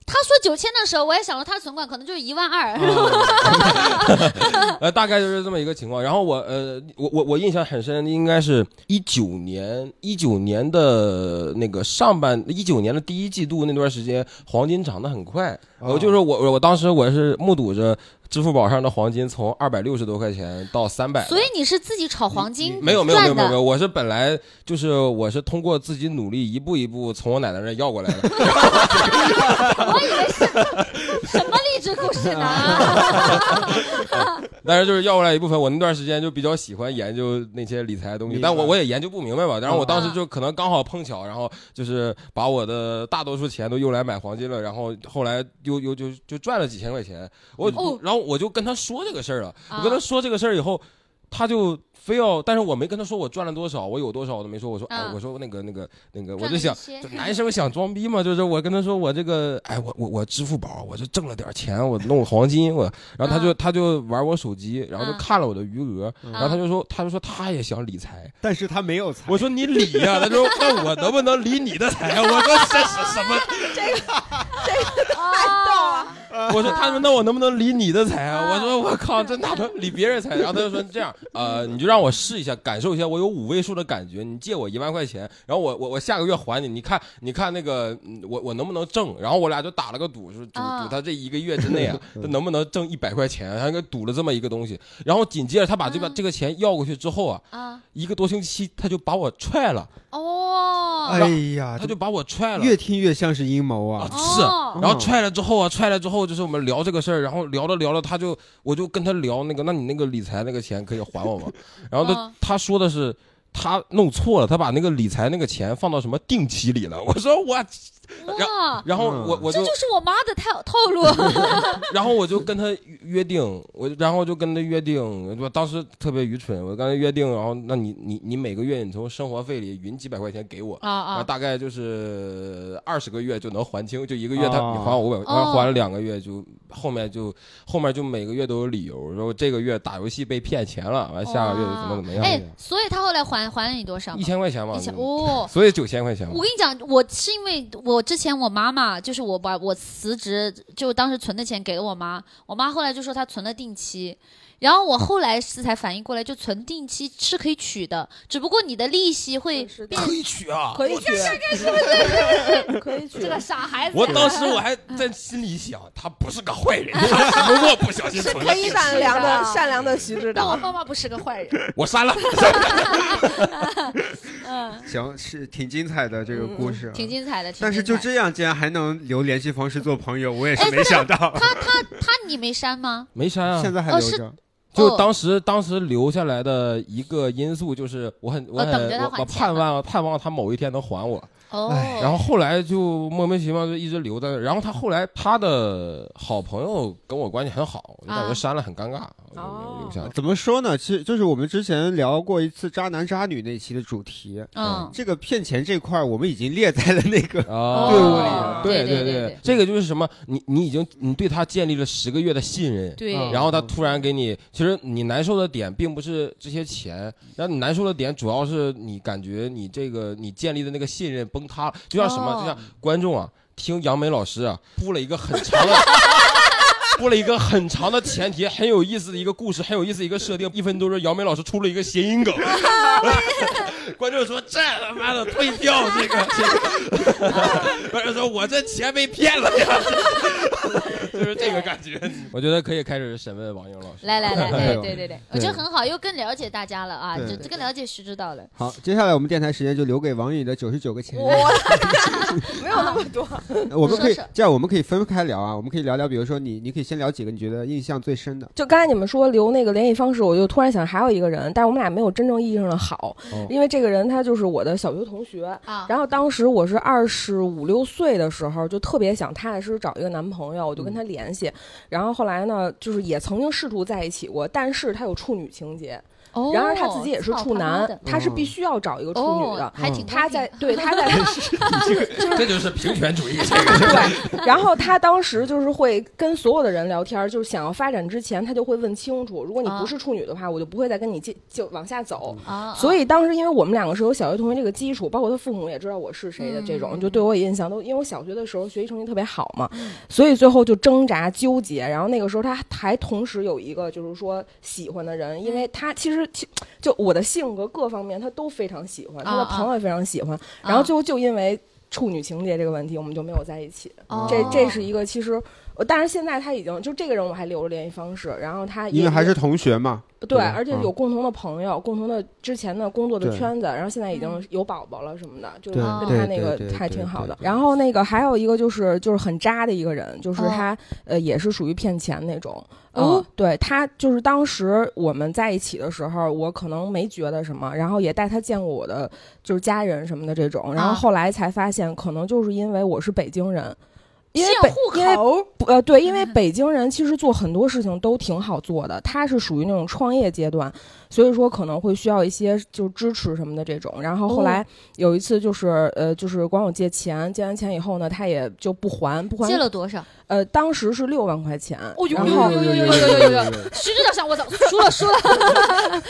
Speaker 2: 他说九千的时候，我也想说他存款可能就是一万
Speaker 3: 啊
Speaker 2: 二。
Speaker 3: 呃，大概就是这么一个情况。然后我呃，我我我印象很深，应该是一九年一九年的那个上半一九年的第一季度那段时间，黄金涨得很快。我、就是我我我当时我是目睹着支付宝上的黄金从二百六十多块钱到三百，
Speaker 2: 所以你是自己炒黄金
Speaker 3: 没有没有没有
Speaker 2: 赚
Speaker 3: 没有没
Speaker 2: 的？
Speaker 3: 有，我是本来就是我是通过自己努力一步一步从我奶奶那儿要过来 的。
Speaker 2: 我以为是什么励志故事呢？
Speaker 3: 但是就是要过来一部分，我那段时间就比较喜欢研究那些理财的东西，
Speaker 1: 明白
Speaker 3: 但我我也研究不明白吧。然后我当时
Speaker 2: 啊
Speaker 3: 就可能刚好碰巧，然后就是把我的大多数钱都用来买黄金了，然后后来又又就就赚了几千块钱。我、
Speaker 2: 哦
Speaker 3: 然后我就跟他说这个事儿了，
Speaker 2: 啊
Speaker 3: 我跟他说这个事儿以后。他就非要，但是我没跟他说我赚了多少，我有多少我都没说。我说，哎，
Speaker 2: 啊
Speaker 3: 我说那个那个那个， 我
Speaker 2: 赚
Speaker 3: 就
Speaker 2: 了
Speaker 3: 想
Speaker 2: 一，些
Speaker 3: 就男生想装逼嘛，就是我跟他说我这个，哎，我我我支付宝，我就挣了点钱，我弄黄金，我，然后他就、他就玩我手机，然后就
Speaker 2: 啊
Speaker 3: 看了我的余额，
Speaker 1: 嗯
Speaker 3: 然后他就说他就说他也想理财，
Speaker 1: 但是他没有才，
Speaker 3: 我说你理呀、他说 那我能不能理你的财？我说这是什么？
Speaker 2: 太逗了！
Speaker 3: 我说他说那我能不能理你的财啊？我说我靠，这哪能理别人财？然后他就说这样，呃，你就让我试一下，感受一下我有五位数的感觉。你借我一万块钱，然后我我我下个月还你，你看你看那个嗯我我能不能挣？然后我俩就打了个赌，说赌
Speaker 2: 啊
Speaker 3: 赌他这一个月之内啊，他能不能挣一百块钱？他给赌了这么一个东西。然后紧接着他把这个
Speaker 2: 嗯
Speaker 3: 这个钱要过去之后啊，
Speaker 2: 啊
Speaker 3: 一个多星期他就把我踹了，
Speaker 2: 哦
Speaker 1: 哎呀，
Speaker 3: 他就把我踹了。
Speaker 1: 越听越像是阴谋
Speaker 3: 啊
Speaker 1: 啊，
Speaker 3: 是
Speaker 2: 哦
Speaker 3: 然后踹了之后啊，踹了之后就是我们聊这个事儿，然后聊着聊着，他就我就跟他聊那个，那你那个理财那个钱可以还我吗？ 然后他、
Speaker 2: 嗯
Speaker 3: 他说的是他弄错了，他把那个理财那个钱放到什么定期里了。我 说我，
Speaker 2: 哇，
Speaker 3: 然后我、
Speaker 1: 嗯
Speaker 3: 我
Speaker 2: 这
Speaker 3: 就
Speaker 2: 就是我妈的套套路。
Speaker 3: 然后我就跟他约约定，我就然后就跟他约定，我当时特别愚蠢，我跟他约定，然后那你你你每个月你从生活费里匀几百块钱给我，
Speaker 2: 啊
Speaker 3: 啊，
Speaker 2: 啊！
Speaker 3: 大概就是二十个月就能还清，就一个月他
Speaker 1: 哦
Speaker 3: 你还我五百，
Speaker 2: 哦
Speaker 3: 然后还了两个月就后面就后面就每个月都有理由，说这个月打游戏被骗钱了，完下个月就怎么怎么样。
Speaker 2: 哦哎哎，所以他后来还还还了你多少吗
Speaker 3: 一？千块钱嘛
Speaker 2: 一，千哦，
Speaker 3: 所以九千块钱嘛
Speaker 2: 我。跟你讲，我是因为我之前我妈妈就是我把我辞职，就当时存的钱给了我妈，我妈后来就说她存了定期，然后我后来是才反应过来，就存定期是可以取的，只不过你的利息会
Speaker 4: 是的
Speaker 2: 变。
Speaker 3: 以取啊
Speaker 4: 可以取，可以取，
Speaker 2: 这个傻孩子，
Speaker 3: 我当时我还在心里想，他不是个坏人，他只不过不小心存了
Speaker 4: 可以
Speaker 3: 钱。
Speaker 4: 善良的
Speaker 2: 是的
Speaker 4: 善良的徐指
Speaker 2: 但我
Speaker 4: 导，
Speaker 2: 爸妈不是个坏人，
Speaker 3: 我删了。
Speaker 2: 嗯，
Speaker 1: 行，是挺精彩的这个故事、啊
Speaker 2: 挺精彩的。挺
Speaker 1: 但是
Speaker 2: 精
Speaker 1: 就
Speaker 2: 彩
Speaker 1: 这样，竟然还能留联系方式做朋友，我也
Speaker 2: 哎
Speaker 1: 是没想到。
Speaker 2: 他他他你没删吗？
Speaker 3: 没删啊
Speaker 1: 现，在还
Speaker 2: 哦
Speaker 1: 留
Speaker 2: 是
Speaker 1: 着，
Speaker 3: 就当时当时留下来的一个因素就是，我很我
Speaker 2: 呃等
Speaker 3: 很
Speaker 2: 着他
Speaker 3: 我
Speaker 2: 还
Speaker 3: 我
Speaker 2: 钱
Speaker 3: 盼望盼望他某一天能还我，
Speaker 2: 哦，
Speaker 1: 哎
Speaker 3: 然后后来就莫名其妙就一直留在那儿。然后他后来他的好朋友跟我关系很好，我就感
Speaker 2: 啊
Speaker 3: 觉删了很尴尬，我就没有
Speaker 4: 哦
Speaker 3: 留下来。
Speaker 1: 怎么说呢？其实就是我们之前聊过一次渣男渣女那期的主题，
Speaker 2: 嗯，
Speaker 1: 这个骗钱这块儿我们已经列在了那个。
Speaker 3: 啊，
Speaker 1: 队伍里啊
Speaker 3: 对
Speaker 2: 哦对对
Speaker 3: 对
Speaker 2: 对，
Speaker 3: 这个就是什么？你你已经你对他建立了十个月的信任，
Speaker 2: 对，
Speaker 1: 嗯
Speaker 3: 然后他突然给你，其实你难受的点并不是这些钱，让你难受的点主要是你感觉你这个你建立的那个信任崩塌了，就像什么，
Speaker 2: 哦
Speaker 3: 就像观众啊，听杨梅老 师啊铺了一个很长的。 铺了一个很长的前提，很有意思的一个故事，很有意思的一个设定。一分多钟，杨梅老师出了一个谐音梗， 观众说这他妈的退票，这个，这个 观众说我这钱被骗了呀， 就是这个感觉。我觉得可以开始审问王英老师。
Speaker 2: 来来来，
Speaker 1: 哎
Speaker 2: 对
Speaker 1: 呦
Speaker 2: 对对对，我觉得很好，又更了解大家了啊，
Speaker 1: 对
Speaker 2: 就
Speaker 1: 对
Speaker 2: 更了解徐指导了。
Speaker 1: 好，接下来我们电台时间就留给王颖的九十九个前任。呃
Speaker 4: 我没有那么多，
Speaker 1: 我们可以
Speaker 2: 说说
Speaker 1: 这样，我们可以分开聊啊，我们可以聊聊，比如说你，你可以先聊几个你觉得印象最深的。
Speaker 4: 就刚才你们说留那个联系方式，我就突然想还有一个人，但是我们俩没有真正意义上的好，
Speaker 3: 哦
Speaker 4: 因为这个人他就是我的小学同学。
Speaker 2: 啊，
Speaker 4: 然后当时我是二十五六岁的时候，就特别想踏踏实实找一个男朋友，我
Speaker 2: 嗯
Speaker 4: 就跟他联系。然后后来呢，就是也曾经试图在一起过，但是他有处女情节，
Speaker 2: 哦
Speaker 4: 然而他自己也是处男，
Speaker 2: 操
Speaker 4: 他是必须要找一个
Speaker 2: 他
Speaker 4: 处
Speaker 2: 妈
Speaker 4: 女的。
Speaker 2: 嗯
Speaker 4: 嗯
Speaker 2: 哦，还挺
Speaker 4: 他在对他在
Speaker 3: 这就是平权主义。
Speaker 4: 对，然后他当时就是会跟所有的人聊天儿，就是想要发展之前，他就会问清楚，如果你
Speaker 2: 啊
Speaker 4: 不是处女的话，我就不会再跟你接就往下走。
Speaker 2: 啊，
Speaker 4: 所
Speaker 2: 以
Speaker 4: 以当时，因为我们两个是有小学同学这个基础，包括他父母也知道我是谁的这种，
Speaker 2: 嗯
Speaker 4: 就对我印象都，因为我小学的时候学习成绩特别好嘛，所以最后就挣扎纠结。然后那个时候他还同时有一个就是说喜欢的人，
Speaker 2: 嗯
Speaker 4: 因为他其实其就我的性格各方面他都非常喜欢，他的
Speaker 2: 啊啊啊
Speaker 4: 朋友也非常喜欢，然后最后就因为处女情节这个问题，我们就没有在一起。
Speaker 2: 啊哦
Speaker 4: 这这是一个其实，呃但是现在他已经就这个人我还留着联系方式，然后他也
Speaker 1: 因为还是同学嘛，
Speaker 4: 对，
Speaker 1: 吧
Speaker 4: 而且有共同的朋友，共同的之前的工作的
Speaker 1: 嗯对
Speaker 4: 圈子，然后现在已
Speaker 2: 嗯哦
Speaker 4: 经有宝宝了什么的，就是
Speaker 1: 对
Speaker 4: 跟
Speaker 2: 对
Speaker 4: 他那
Speaker 1: 对
Speaker 4: 个
Speaker 1: 对
Speaker 4: 还
Speaker 1: 对
Speaker 4: 挺好
Speaker 1: 对
Speaker 4: 的。
Speaker 1: 对
Speaker 4: 然后那个还有一个就是就是很渣的一个人，就是
Speaker 2: 哦
Speaker 4: 他呃也是属于骗钱那种。呃
Speaker 2: 哦，
Speaker 4: 对他就是当时我们在一起的时候，我可能没觉得什么，然后也带他见过我的就是家人什么的这种，然后
Speaker 2: 啊
Speaker 4: 后来才发现，可能就是因为我是北京人。因为
Speaker 2: 现
Speaker 4: 北
Speaker 2: 户
Speaker 4: 因为
Speaker 2: 口
Speaker 4: 不呃，对，因为北京人其实做很多事情都挺好做的，他是属于那种创业阶段，所以说可能会需要一些就是支持什么的这种。然后后来有一次就是、呃，就是管我借钱，借完钱以后呢，他也就不还，不还
Speaker 2: 借了多 少？
Speaker 4: 呃，当时是六万块钱，
Speaker 2: 哦呦
Speaker 4: 然
Speaker 2: 呦
Speaker 4: 后
Speaker 2: 呦呦呦呦呦呦呦！徐指导想我操，输了输了，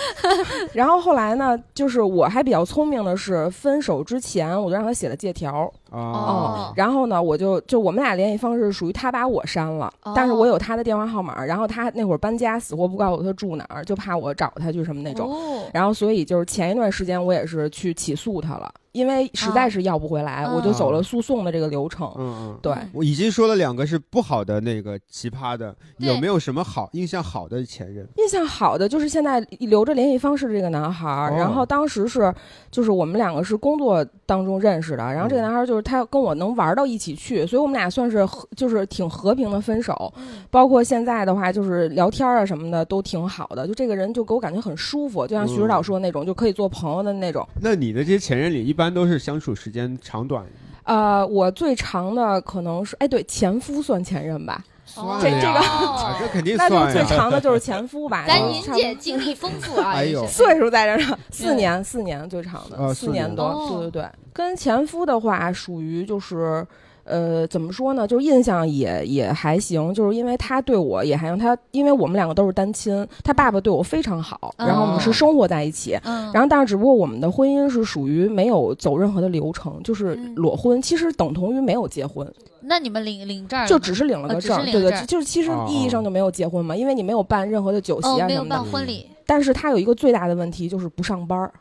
Speaker 4: 然后后来呢，就是我还比较聪明的是，分手之前我就让他写了借条，
Speaker 2: 哦
Speaker 4: 嗯然后呢，我就就我们俩联系方式属于他把我删了，
Speaker 2: 哦
Speaker 4: 但是我有他的电话号码，然后他那会儿搬家死活不告诉我他住哪儿，就怕我找他去什么那种。
Speaker 2: 种
Speaker 4: 然后所以就是前一段时间我也是去起诉他了，因为实在是要不回来，
Speaker 2: 啊
Speaker 4: 我就走了诉讼的这个流程。
Speaker 1: 嗯嗯，
Speaker 4: 对，
Speaker 2: 嗯
Speaker 1: 我已经说了两个是不好的那个奇葩的，
Speaker 2: 对。
Speaker 1: 有没有什么好印象好的前任？
Speaker 4: 印象好的就是现在留着联系方式的这个男孩儿，
Speaker 1: 哦
Speaker 4: 然后当时是就是我们两个是工作当中认识的，然后这个
Speaker 1: 嗯
Speaker 4: 男孩儿就是他跟我能玩到一起去，所以我们俩算是和就是挺和平的分手，包括现在的话就是聊天儿啊什么的都挺好的，就这个人就给我感觉很舒服，就像徐指
Speaker 1: 嗯
Speaker 4: 导说的那种，就可以做朋友的那种。
Speaker 1: 那你的这些前任里，一般都是相处时间长短？
Speaker 4: 呃，我最长的可能是哎对前夫算前任吧，
Speaker 1: 算
Speaker 4: 这这个
Speaker 1: 啊，这肯定
Speaker 4: 那就
Speaker 1: 算
Speaker 4: 最
Speaker 1: 呀。
Speaker 4: 长的就 是前夫吧
Speaker 2: 咱
Speaker 4: 就
Speaker 2: 尹
Speaker 4: 差不多
Speaker 2: 姐经历丰富啊，
Speaker 1: 嗯哎呦
Speaker 2: 也是
Speaker 4: 岁数在这儿呢， 四年，哦四年最长的，
Speaker 1: 啊四
Speaker 4: 四年
Speaker 1: 年
Speaker 4: 多，
Speaker 2: 嗯哦
Speaker 4: 对对对。跟前夫的话，属于就是，呃，怎么说呢？就是印象也也还行，就是因为他对我也还行。他因为我们两个都是单亲，他爸爸对我非常好，然后我们是
Speaker 2: 哦
Speaker 4: 生活在一起。
Speaker 2: 嗯，
Speaker 4: 然后，但是只不过我们的婚姻是属于没有走任何的流程，就是
Speaker 2: 嗯
Speaker 4: 裸婚，其实等同于没有结婚，
Speaker 2: 那你们领领证儿
Speaker 4: 就
Speaker 2: 了
Speaker 4: 只
Speaker 2: 吗
Speaker 4: 是领了
Speaker 2: 呃
Speaker 4: 个
Speaker 2: 只
Speaker 4: 证
Speaker 2: 是
Speaker 4: 儿，
Speaker 2: 领
Speaker 4: 对
Speaker 2: 了
Speaker 4: 对
Speaker 2: 证儿，
Speaker 4: 就是其实
Speaker 1: 哦
Speaker 4: 意义上就没有结婚嘛，因为你没有办任何的酒
Speaker 2: 哦
Speaker 4: 席啊
Speaker 2: 没
Speaker 4: 什
Speaker 2: 有
Speaker 4: 么的
Speaker 2: 办。婚礼，
Speaker 4: 但是他有一个最大的问题就是不上班儿，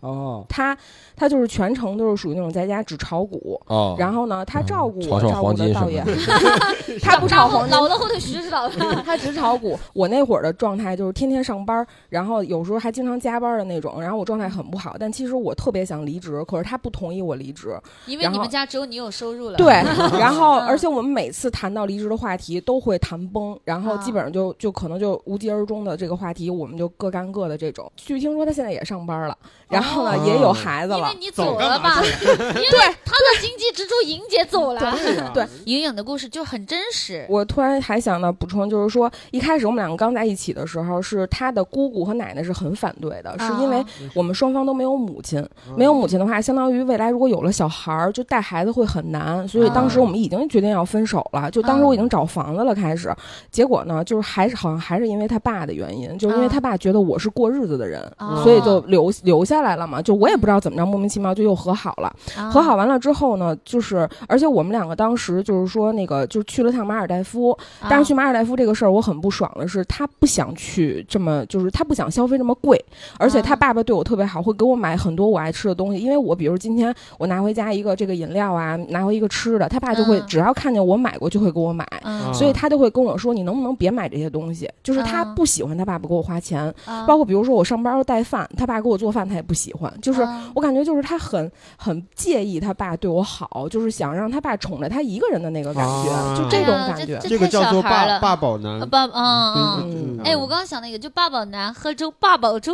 Speaker 1: 哦，
Speaker 4: 他他就是全程都是属于那种在家只炒股，
Speaker 3: 哦，
Speaker 4: 然后呢，他照顾
Speaker 3: 炒炒
Speaker 4: 我照顾
Speaker 3: 黄
Speaker 4: 的
Speaker 3: 金
Speaker 4: 倒
Speaker 3: 什
Speaker 4: 也
Speaker 3: 么，
Speaker 4: 他不
Speaker 2: 然
Speaker 4: 炒
Speaker 2: 后
Speaker 4: 黄金，
Speaker 2: 老的后腿实是 老的，
Speaker 4: 他只炒股。我那会儿的状态就是天天上班，然后有时候还经常加班的那种，然后我状态很不好。但其实我特别想离职，可是他不同意我离职。
Speaker 2: 因为
Speaker 4: 然
Speaker 2: 你们
Speaker 4: 后
Speaker 2: 家只有你有收入了，
Speaker 4: 对，然后
Speaker 2: 嗯
Speaker 4: 而且我们每次谈到离职的话题都会谈崩，然后
Speaker 2: 啊
Speaker 4: 基本上就就可能就无疾而终的这个话题，我们就各干各的这种。据听说他现在也上班了，然后呢、
Speaker 1: 哦
Speaker 4: 也有孩子
Speaker 2: 因为
Speaker 4: 了。
Speaker 2: 你
Speaker 1: 走
Speaker 2: 走了吧， 因为他的经济支柱莹姐走了，
Speaker 1: 对呀，
Speaker 4: 对
Speaker 2: 莹莹的故事就很真实，
Speaker 4: 我突然还想到补充，就是说一开始我们两个刚在一起的时候，是他的姑姑和奶奶是很反对的，是因为
Speaker 2: 啊
Speaker 4: 我们双方都没有母亲，
Speaker 1: 嗯
Speaker 4: 没有母亲的话，相当于未来如果有了小孩儿，就带孩子会很难。所以当时我们已经决定要分手了，就当时我已经找房子了，开始。结果呢，就是还是好像还是因为他爸的原因，就是因为他爸觉得我是过日子的人，
Speaker 2: 啊
Speaker 4: 所以就留留下来了嘛。就我也不知道怎么着，莫名其妙就又和好了。
Speaker 2: 啊
Speaker 4: 和好完了之后呢，就是而且我们两个当时就是说那个就去了趟马尔代夫，但是去
Speaker 2: 啊
Speaker 4: 马尔代夫这个事儿，我很不爽的是，他不想去这么，就是他不想消费这么贵，而且他
Speaker 2: 啊
Speaker 4: 爸爸对我特别好，会给我买很多我爱吃的东西。因为我比如今天我拿回家一个这个饮料啊，拿回一个吃的，他爸就会
Speaker 2: 嗯
Speaker 4: 只要看见我买过就会给我买。
Speaker 2: 嗯
Speaker 4: 所以他就会跟我说：“你能不能别买这些东西？”就是他
Speaker 2: 啊
Speaker 4: 不喜欢他爸爸给我花钱，
Speaker 2: 啊
Speaker 4: 包括比如说我上班要带饭，他爸给我做饭他也不喜欢。就是
Speaker 2: 啊
Speaker 4: 我感觉就是他很很介意他爸对我好，就是想让他爸宠着他一个人的那个感
Speaker 1: 啊
Speaker 4: 觉，就这种
Speaker 2: 哎呀
Speaker 4: 感
Speaker 2: 这
Speaker 4: 觉。
Speaker 1: 这个
Speaker 2: 太小
Speaker 1: 叫做
Speaker 2: 孩
Speaker 1: 爸
Speaker 2: 了
Speaker 1: 爸宝男
Speaker 2: 啊。爸嗯嗯。
Speaker 1: 嗯
Speaker 2: 哎，我刚刚想那个，就八宝男喝粥，八宝粥。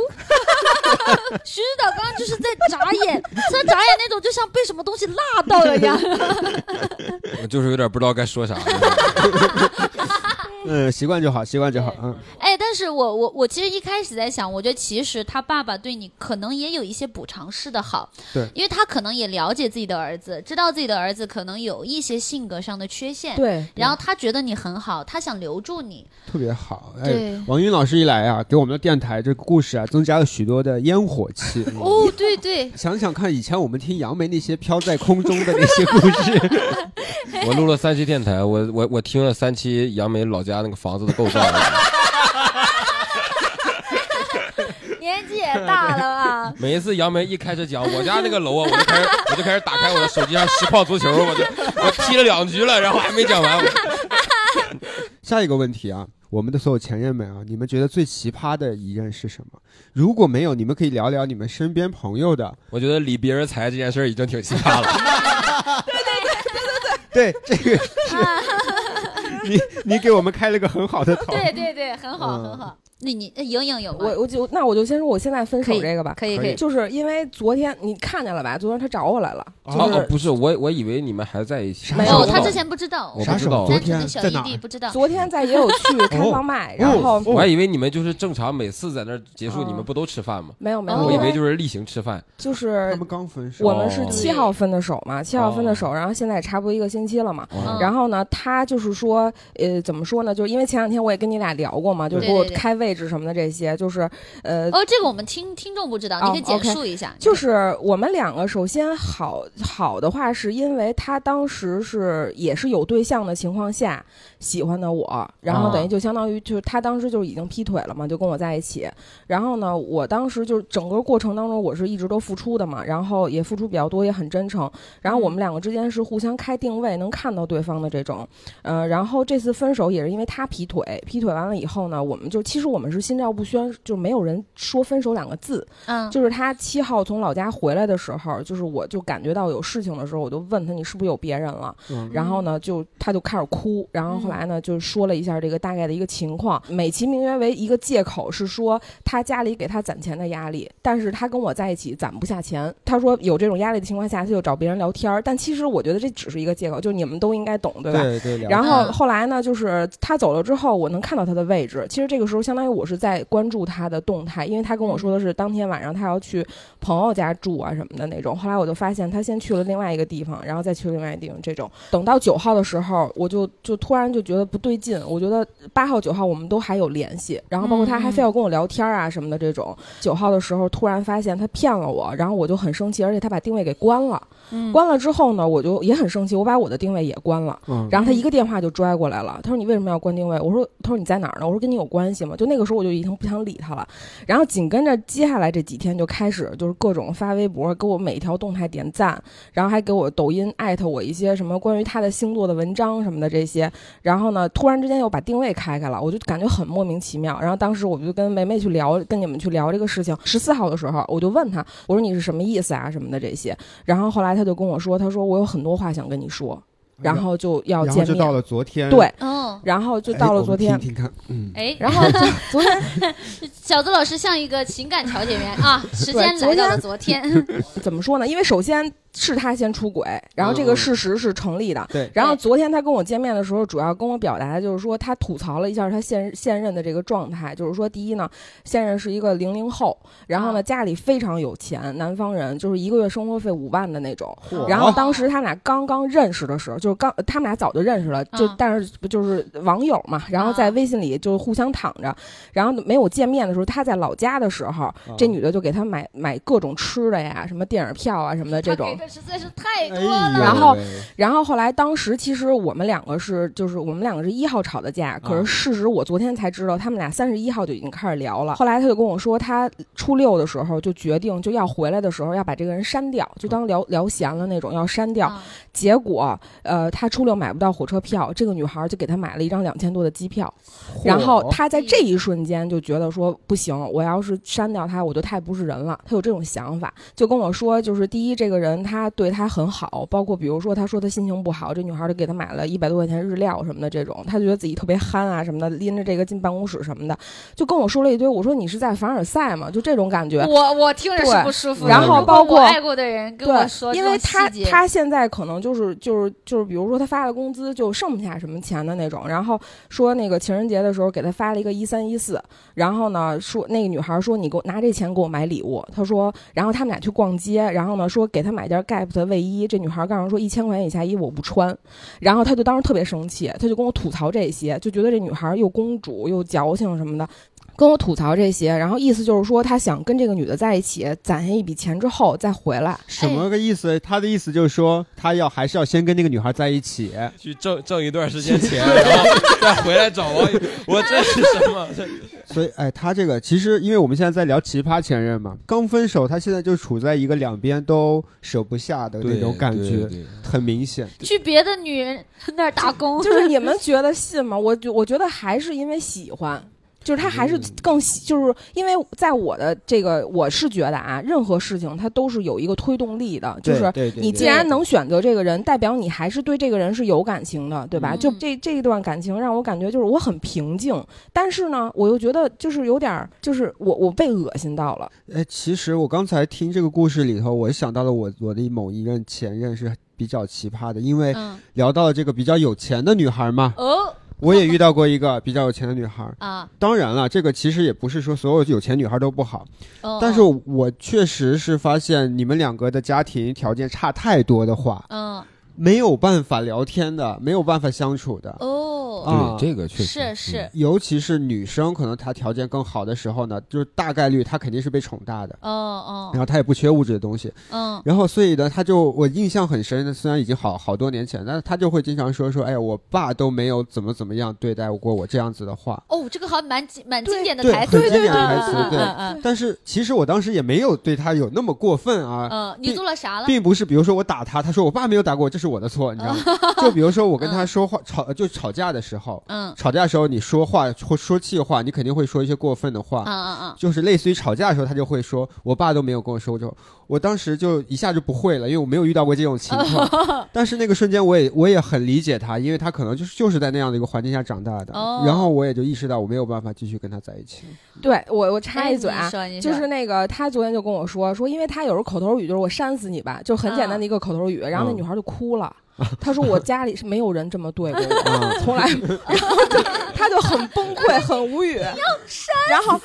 Speaker 2: 徐指导刚刚就是在眨眼，他眨眼那种，就像被什么东西辣到了一样。
Speaker 3: 我就是有点不知道该说啥了。
Speaker 1: 嗯，习惯就好，习惯就好。嗯，
Speaker 2: 哎，但是我我我其实一开始在想，我觉得其实他爸爸对你可能也有一些补偿式的好，
Speaker 1: 对
Speaker 2: 因为他可能也了解自己的儿子，知道自己的儿子可能有一些性格上的缺陷，
Speaker 4: 对，
Speaker 2: 然后他觉得你很好，他想留住你，
Speaker 1: 特别好。哎，
Speaker 2: 对，
Speaker 1: 王云老师一来啊，给我们的电台这个故事啊，增加了许多的烟火气。嗯
Speaker 2: 哦，对对，
Speaker 1: 想想看，以前我们听杨梅那些飘在空中的那些故事，
Speaker 3: 我录了三期电台，我我我听了三期杨梅老家那个房子的构造，
Speaker 2: 年纪也大了啊吧。
Speaker 3: 每一次杨梅一开始讲我家那个楼啊，我就开始我就开始打开我的手机上实况足球，我就我踢了两局了，然后还没讲完，我
Speaker 1: 下一个问题啊，我们的所有前任们啊，你们觉得最奇葩的一任是什么？如果没有，你们可以聊聊你们身边朋友的。
Speaker 3: 我觉得理别人财这件事儿已经挺奇葩 了。
Speaker 1: 对，这个是你你给我们开了个很好的头。
Speaker 2: 对对对，很好、
Speaker 1: 嗯
Speaker 2: 很好。那你呃莹莹有吗？
Speaker 4: 我我就那我就先说我现在分手这个吧，
Speaker 2: 可以
Speaker 1: 可
Speaker 2: 可
Speaker 1: 以
Speaker 2: 以，
Speaker 4: 就是因为昨天你看见了吧？昨天他找我来了，
Speaker 1: 哦
Speaker 4: 就
Speaker 3: 哦
Speaker 4: 是，
Speaker 3: 不是我，我以为你们还在一起。
Speaker 1: 没有
Speaker 2: 哦，
Speaker 1: 我不
Speaker 2: 他
Speaker 1: 知
Speaker 2: 之
Speaker 1: 道
Speaker 2: 前不知道，
Speaker 3: 我
Speaker 1: 啥
Speaker 3: 不
Speaker 1: 时
Speaker 3: 知道
Speaker 1: 候？
Speaker 3: 我
Speaker 1: 昨
Speaker 2: 单纯
Speaker 1: 天
Speaker 2: 的小
Speaker 1: 在
Speaker 2: 异
Speaker 1: 哪儿
Speaker 2: 地？不知道。
Speaker 4: 昨天在也有 去
Speaker 2: 哦
Speaker 4: 开放麦，然后
Speaker 1: 哦
Speaker 3: 我还以为你们就是正常每次在那儿结束，
Speaker 4: 哦
Speaker 3: 你们不都吃饭吗？
Speaker 4: 没有没有，
Speaker 2: 哦
Speaker 3: 我以为
Speaker 4: 就
Speaker 3: 就是例行吃饭。
Speaker 4: 就是
Speaker 1: 他们刚分手。
Speaker 4: 我们是
Speaker 3: 哦
Speaker 4: 七号分的手嘛，七号分的手，然后现在也差不多一个星期了嘛。
Speaker 2: 嗯
Speaker 4: 然后呢，他就是说，呃，怎么说呢？就是因为前两天我也跟你俩聊过嘛，就是
Speaker 2: 对
Speaker 4: 给我
Speaker 2: 对对
Speaker 4: 开位置什么的这些，就是，呃，
Speaker 2: 哦，这个我们听听众不知道，
Speaker 4: 哦
Speaker 2: 你可以简述一下。
Speaker 4: 就是我们两个，首先好好的话，是因为他当时是也是有对象的情况下喜欢的我，然后
Speaker 2: 啊
Speaker 4: 等于就相当于就是他当时就是已经劈腿了嘛，就跟我在一起。然后呢，我当时就是整个过程当中，我是一直都付出的嘛，然后也付出比较多，也很真诚。然后我们两个之间是互相开定位，能看到对方的这种。呃，然后这次分手也是因为他劈腿，劈腿完了以后呢，我们就其实我们是心照不宣，就没有人说分手两个字。
Speaker 2: 嗯，
Speaker 4: 就是他七号从老家回来的时候，就是我就感觉到有事情的时候，我就问他你是不是有别人了？
Speaker 1: 嗯
Speaker 4: 然后呢，就他就开始哭，然后后来呢，就说了一下这个大概的一个情况，美其名曰为一个借口是说他家里给他攒钱的压力，但是他跟我在一起攒不下钱。他说有这种压力的情况下，他就找别人聊天儿，但其实我觉得这只是一个借口，就你们都应该懂，对吧？
Speaker 1: 对对，了
Speaker 4: 然
Speaker 1: 解
Speaker 4: 后
Speaker 2: 嗯
Speaker 4: 后来呢，就是他走了之后，我能看到他的位置。其实这个时候，相当于我是在关注他的动态，因为他跟我说的是当天晚上他要去朋友家住啊什么的那种。后来我就发现他先去了另外一个地方，然后再去另外一个地方。这种等到九号的时候，我就就突然就觉得不对劲，我觉得八号、九号我们都还有联系，然后包括他还
Speaker 2: 嗯
Speaker 4: 非要跟我聊天啊什么的这种。九号的时候突然发现他骗了我，然后我就很生气，而且他把定位给关了。
Speaker 2: 嗯
Speaker 4: 关了之后呢，我就也很生气，我把我的定位也关了。
Speaker 1: 嗯，
Speaker 4: 然后他一个电话就拽过来了，他说你为什么要关定位？我说他说你在哪儿呢？我说跟你有关系吗？就那个时候我就已经不想理他了。然后紧跟着接下来这几天就开始就是各种发微博，给我每一条动态点赞，然后还给我抖音艾特我一些什么关于他的星座的文章什么的这些。然后呢，突然之间又把定位开开了，我就感觉很莫名其妙。然后当时我就跟梅梅去聊，跟你们去聊这个事情。十四号的时候，我就问他，我说你是什么意思啊什么的这些。然后后来他就跟我说，他说我有很多话想跟你说。然后就要
Speaker 1: 然后
Speaker 4: 见
Speaker 1: 就
Speaker 4: 面
Speaker 1: 到，了昨天，
Speaker 4: 对，
Speaker 2: 哦，
Speaker 4: 然后就
Speaker 1: 哎
Speaker 4: 到
Speaker 1: 我
Speaker 4: 了
Speaker 1: 们
Speaker 4: 昨天，
Speaker 1: 听一听看，嗯，
Speaker 2: 哎，
Speaker 4: 然后就 昨天
Speaker 2: 小泽老师像一个情感调解员啊，时
Speaker 4: 对
Speaker 2: 间来
Speaker 4: 昨
Speaker 2: 到
Speaker 4: 天
Speaker 2: 了昨天，
Speaker 4: 怎么说呢？因为首先是他先出轨，然后
Speaker 1: 嗯
Speaker 4: 这个事实是成立的。
Speaker 1: 对
Speaker 4: 然后昨天他跟我见面的时候，主要跟我表达的就是说，他吐槽了一下他现现任的这个状态，就是说，第一呢，现任是一个零零后，然后
Speaker 2: 啊
Speaker 4: 呢家里非常有钱，南方人，就是一个月生活费五万的那种。
Speaker 1: 嚯
Speaker 4: 然后当时他们俩刚刚认识的时候，就是刚他们俩早就认识了，就
Speaker 2: 嗯
Speaker 4: 但是不就是网友嘛，然后
Speaker 2: 啊
Speaker 4: 在微信里就互相躺着，然后没有见面的时候，他在老家的时候，这女的就给他买买各种吃的呀，什么电影票啊什么的 这
Speaker 2: 他给
Speaker 4: 种。
Speaker 2: 的实在是太多
Speaker 1: 哎
Speaker 2: 了。
Speaker 1: 呦
Speaker 4: 然后
Speaker 1: 喂
Speaker 4: 然后后来当时其实我们两个是就是我们两个是一号吵的架，可是事实我昨天才知道他们俩三十一号就已经开始聊了。后来他就跟我说，他初六的时候就决定就要回来的时候要把这个人删掉，就当聊聊闲了那种要删掉。
Speaker 2: 啊
Speaker 4: 结果呃他初六买不到火车票，这个女孩就给他买了一张两千多的机票。然后他在这一瞬间就觉得说不行，我要是删掉他，我就太不是人了。他有这种想法，就跟我说，就是第一，这个人他对他很好，包括比如说他说他心情不好，这女孩就给他买了一百多块钱日料什么的这种，他就觉得自己特别憨啊什么的，拎着这个进办公室什么的，就跟我说了一堆。我说你是在凡尔赛吗？就这种感觉。
Speaker 2: 我我听着是
Speaker 4: 对
Speaker 2: 不舒服的。
Speaker 1: 然后
Speaker 2: 如果
Speaker 4: 包
Speaker 2: 我
Speaker 4: 括
Speaker 2: 爱过的人跟我说这
Speaker 4: 对，因
Speaker 2: 种
Speaker 4: 为
Speaker 2: 细
Speaker 4: 他
Speaker 2: 节，
Speaker 4: 他现在可能就是就是就是，比如说他发了工资就剩不下什么钱的那种，然后说那个情人节的时候给他发了一个一三一四，然后呢说那个女孩说你给我拿这钱给我买礼物，他说，然后他们俩去逛街，然后呢说给他买件 Gap 的卫衣，这女孩告诉说一千块钱以下衣服我不穿，然后他就当时特别生气，他就跟我吐槽这些，就觉得这女孩又公主又矫情什么的。跟我吐槽这些，然后意思就是说，他想跟这个女的在一起，攒下一笔钱之后再回来。
Speaker 1: 什么个意思？他的意思就是说，他要还是要先跟那个女孩在一起，
Speaker 3: 去挣挣一段时间钱，然 后再回来找我。我这是什么？这
Speaker 1: 所以，哎，他这个其实，因为我们现在在聊奇葩前任嘛，刚分手，他现在就处在一个两边都舍不下的那种感觉，很明显。
Speaker 2: 去别的女人那儿打 工，
Speaker 4: 就是你们觉得信吗？我觉我觉得还是因为喜欢，就是他
Speaker 1: 嗯
Speaker 4: 还是更喜，就是因为在我的这个，我是觉得啊，任何事情它都是有一个推动力的，就是
Speaker 1: 对对
Speaker 4: 你既然能选择这个人，代表你还是对这个人是有感情的，对吧？
Speaker 2: 嗯
Speaker 4: 就这这一段感情让我感觉就是我很平静，但是呢，我又觉得就是有点儿，就是我我被恶心到了。
Speaker 1: 哎，其实我刚才听这个故事里头，我想到了我我的某一任前任是比较奇葩的，因为
Speaker 2: 嗯
Speaker 1: 聊到了这个比较有钱的女孩 嘛，
Speaker 2: 哦
Speaker 1: 我也遇到过一个比较有钱的女孩。
Speaker 2: 啊，
Speaker 1: 当然了，这个其实也不是说所有有钱女孩都不好，
Speaker 2: 哦
Speaker 1: 但是我确实是发现你们两个的家庭条件差太多的话，
Speaker 2: 嗯
Speaker 1: 没有办法聊天的，没有办法相处的。
Speaker 2: 哦
Speaker 1: 啊
Speaker 3: 对这个确实嗯
Speaker 2: 是是
Speaker 1: 尤其是女生，可能她条件更好的时候呢，就是大概率她肯定是被宠大的，
Speaker 2: 哦哦
Speaker 1: 然后她也不缺物质的东西，
Speaker 2: 嗯
Speaker 1: 然后所以呢，她就我印象很深的，虽然已经好好多年前，但是她就会经常说说，哎呀，我爸都没有怎么怎么样对待过我这样子的话，
Speaker 2: 哦，这个好像蛮经蛮
Speaker 4: 对
Speaker 2: 经典的
Speaker 1: 对
Speaker 2: 台
Speaker 1: 很
Speaker 2: 词，
Speaker 1: 经典的台
Speaker 2: 嗯
Speaker 1: 词
Speaker 2: 嗯
Speaker 1: 对
Speaker 2: 嗯嗯
Speaker 1: 但是其实我当时也没有对她有那么过分啊，
Speaker 2: 嗯嗯，你
Speaker 1: 并
Speaker 2: 做了啥了？
Speaker 1: 并不是，比如说我打他，他说我爸没有打过我，这是我的错，你知道吗？就比如说我跟他说话吵就吵架的时时候，
Speaker 2: 嗯
Speaker 1: 吵架的时候你说话或说气话，你肯定会说一些过分的话。
Speaker 2: 嗯嗯
Speaker 1: 就是类似于吵架的时候，他就会说：“我爸都没有跟我说过这种。”我当时就一下就不会了，因为我没有遇到过这种情 况。但是那个瞬间，我也我也很理解他，因为他可能就是就是在那样的一个环境下长大的。
Speaker 2: 哦
Speaker 1: 然后我也就意识到我没有办法继续跟他在一起。
Speaker 4: 对我我插
Speaker 2: 哎
Speaker 4: 一嘴
Speaker 2: 你
Speaker 4: 啊，
Speaker 2: 说你
Speaker 4: 就是
Speaker 2: 说
Speaker 4: 那个他昨天就跟我说说，因为他有时候口头语就是我扇死你吧，就很简单的一个口头语，然后那
Speaker 1: 嗯
Speaker 4: 女孩就哭了。他说我家里是没有人这么对过我，
Speaker 1: 啊、
Speaker 4: 从来， 然后就他就很崩 溃，很无语，然后死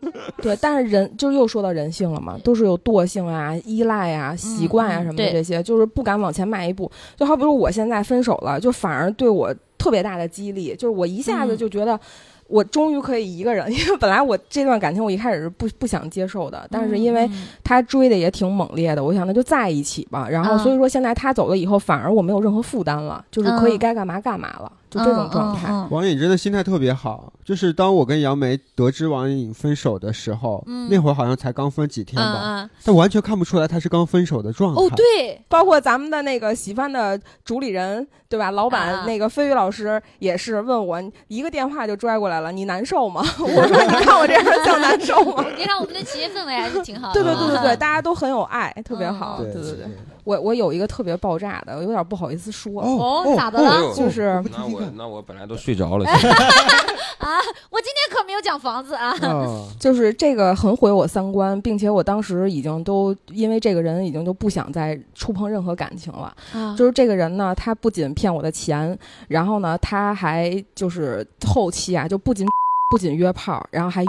Speaker 4: 我。 对，但是人就又说到人性了嘛，都是有惰性啊、依赖啊、习惯啊
Speaker 2: 嗯
Speaker 4: 什么的
Speaker 2: 对
Speaker 4: 这些，就是不敢往前迈一步。就好比说我现在分手了，就反而对我特别大的激励，就是我一下子
Speaker 2: 嗯
Speaker 4: 就觉得。我终于可以一个人，因为本来我这段感情我一开始是不不想接受的，但是因为
Speaker 2: 嗯
Speaker 4: 他追的也挺猛烈的，我想那就在一起吧。然后
Speaker 2: 嗯
Speaker 4: 所以说现在他走了以后，反而我没有任何负担了，就是可以
Speaker 2: 嗯
Speaker 4: 该干嘛干嘛了，就这种状态。
Speaker 2: 嗯嗯嗯
Speaker 1: 王颖真的心态特别好，就是当我跟杨梅得知王颖分手的时候，
Speaker 2: 嗯
Speaker 1: 那会儿好像才刚分几天吧，
Speaker 2: 嗯嗯
Speaker 1: 但完全看不出来她是刚分手的状态。
Speaker 2: 哦，对，
Speaker 4: 包括咱们的那个喜欢的主理人，对吧？老板、
Speaker 2: 啊
Speaker 4: 那个飞宇老师也是问我一个电话就拽过来了，你难 受吗？我说你看我这样像难受吗？
Speaker 2: 你看我们的企业氛围还是挺好的。
Speaker 4: 对对对对对，
Speaker 2: 嗯，
Speaker 4: 大家都很有爱，特别好。
Speaker 1: 对
Speaker 4: 对对对，我我有一个特别爆炸的，我有点不好意思说。啊
Speaker 2: 哦咋的
Speaker 3: 了
Speaker 1: 哦
Speaker 4: 就是
Speaker 1: 哦
Speaker 3: 那
Speaker 1: 我
Speaker 3: 我
Speaker 1: 听
Speaker 3: 那我本来都睡着了，
Speaker 2: 啊我今天可没有讲房子啊。
Speaker 1: 听看哦
Speaker 4: 就是这个很毁我三观，并且我当时已经都因为这个人已经就不想再触碰任何感情了。就是这个人呢，他不仅骗我的钱，然后呢，他还就是后期啊，就不仅 不仅约炮，然后还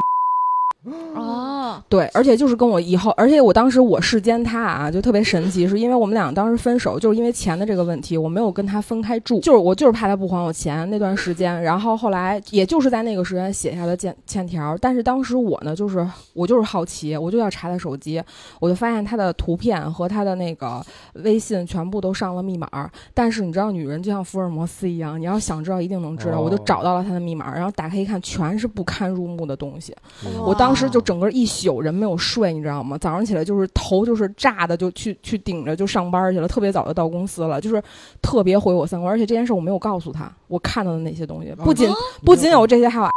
Speaker 2: 哦，
Speaker 4: 对，而且就是跟我以后，而且我当时我视奸他啊，就特别神奇，是因为我们俩当时分手，就是因为钱的这个问题，我没有跟他分开住，就是我就是怕他不还我钱那段时间，然后后来也就是在那个时间写下的欠欠条，但是当时我呢，就是我就是好奇，我就要查他手机，我就发现他的图片和他的那个微信全部都上了密码儿，但是你知道，女人就像福尔摩斯一样，你要想知道一定能知道，我就
Speaker 1: 哦
Speaker 4: 找到了他的密码儿，然后打开一看，全是不堪入目的东西。
Speaker 1: 嗯
Speaker 2: 哇
Speaker 4: 我当时就整个一宿人没有睡，你知道吗？早上起来就是头就是炸的，就去去顶着就上班去了，特别早就到公司了，就是特别毁我三观。而且这件事我没有告诉他我看到的那些东西，不仅
Speaker 2: 哦
Speaker 4: 不仅有这些，还有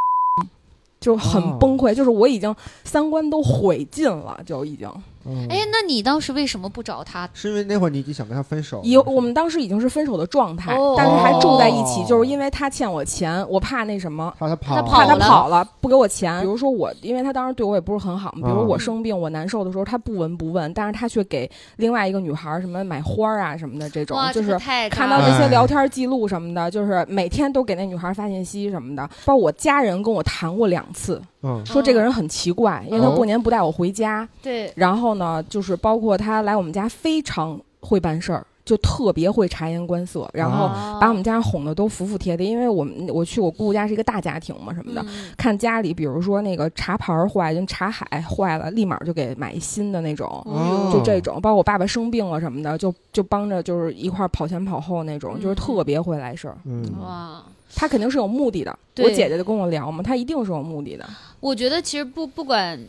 Speaker 4: 就很
Speaker 1: 哦
Speaker 4: 崩溃，就是我已经三观都毁尽了，就已经
Speaker 1: 哦
Speaker 2: 哎，那你当时为什么不找他？
Speaker 1: 嗯是因为那会儿你已经想跟他分手了，
Speaker 4: 有我们当时已经是分手的状态，
Speaker 2: 哦
Speaker 4: 但是还住在一起
Speaker 1: 哦，
Speaker 4: 就是因为他欠我钱，我怕那什么。
Speaker 1: 怕他跑，
Speaker 2: 他
Speaker 4: 怕他
Speaker 2: 了
Speaker 4: 跑了，不给我钱。比如说我，因为他当时对我也不是很好嘛，比如
Speaker 1: 嗯
Speaker 4: 我生病、我难受的时候，他不闻不问，但是他却给另外一个女孩儿什么买花儿啊什么的这种
Speaker 2: 哇，，
Speaker 4: 就
Speaker 2: 这个
Speaker 4: 是。
Speaker 2: 太
Speaker 4: 看
Speaker 2: 渣
Speaker 4: 到
Speaker 2: 了
Speaker 4: 这
Speaker 1: 哎
Speaker 4: 些聊天记录什么的，就是每天都给那女孩儿发信息什么的。包括我家人跟我谈过两次，
Speaker 1: 嗯，
Speaker 4: 说这个人很奇怪，因为他
Speaker 1: 哦
Speaker 4: 过年不带我回家，
Speaker 2: 对，
Speaker 4: 然后呢，就是包括他来我们家非常会办事儿，就特别会察言观色，然后
Speaker 2: 哦
Speaker 4: 把我们家人哄得都服服帖帖。因为我们我去我姑姑家是一个大家庭嘛，什么的，
Speaker 2: 嗯
Speaker 4: 看家里比如说那个茶盘儿坏，就茶海坏了，立马就给买一新的那种。
Speaker 1: 哦
Speaker 4: 就这种，包括我爸爸生病了什么的，就就帮着就是一块儿跑前跑后那种，就是特别会来事儿。
Speaker 1: 嗯，
Speaker 2: 哇。
Speaker 4: 他肯定是有目的的。我
Speaker 2: 对
Speaker 4: 姐姐就跟我聊嘛，他一定是有目的的。
Speaker 2: 我觉得其实不不管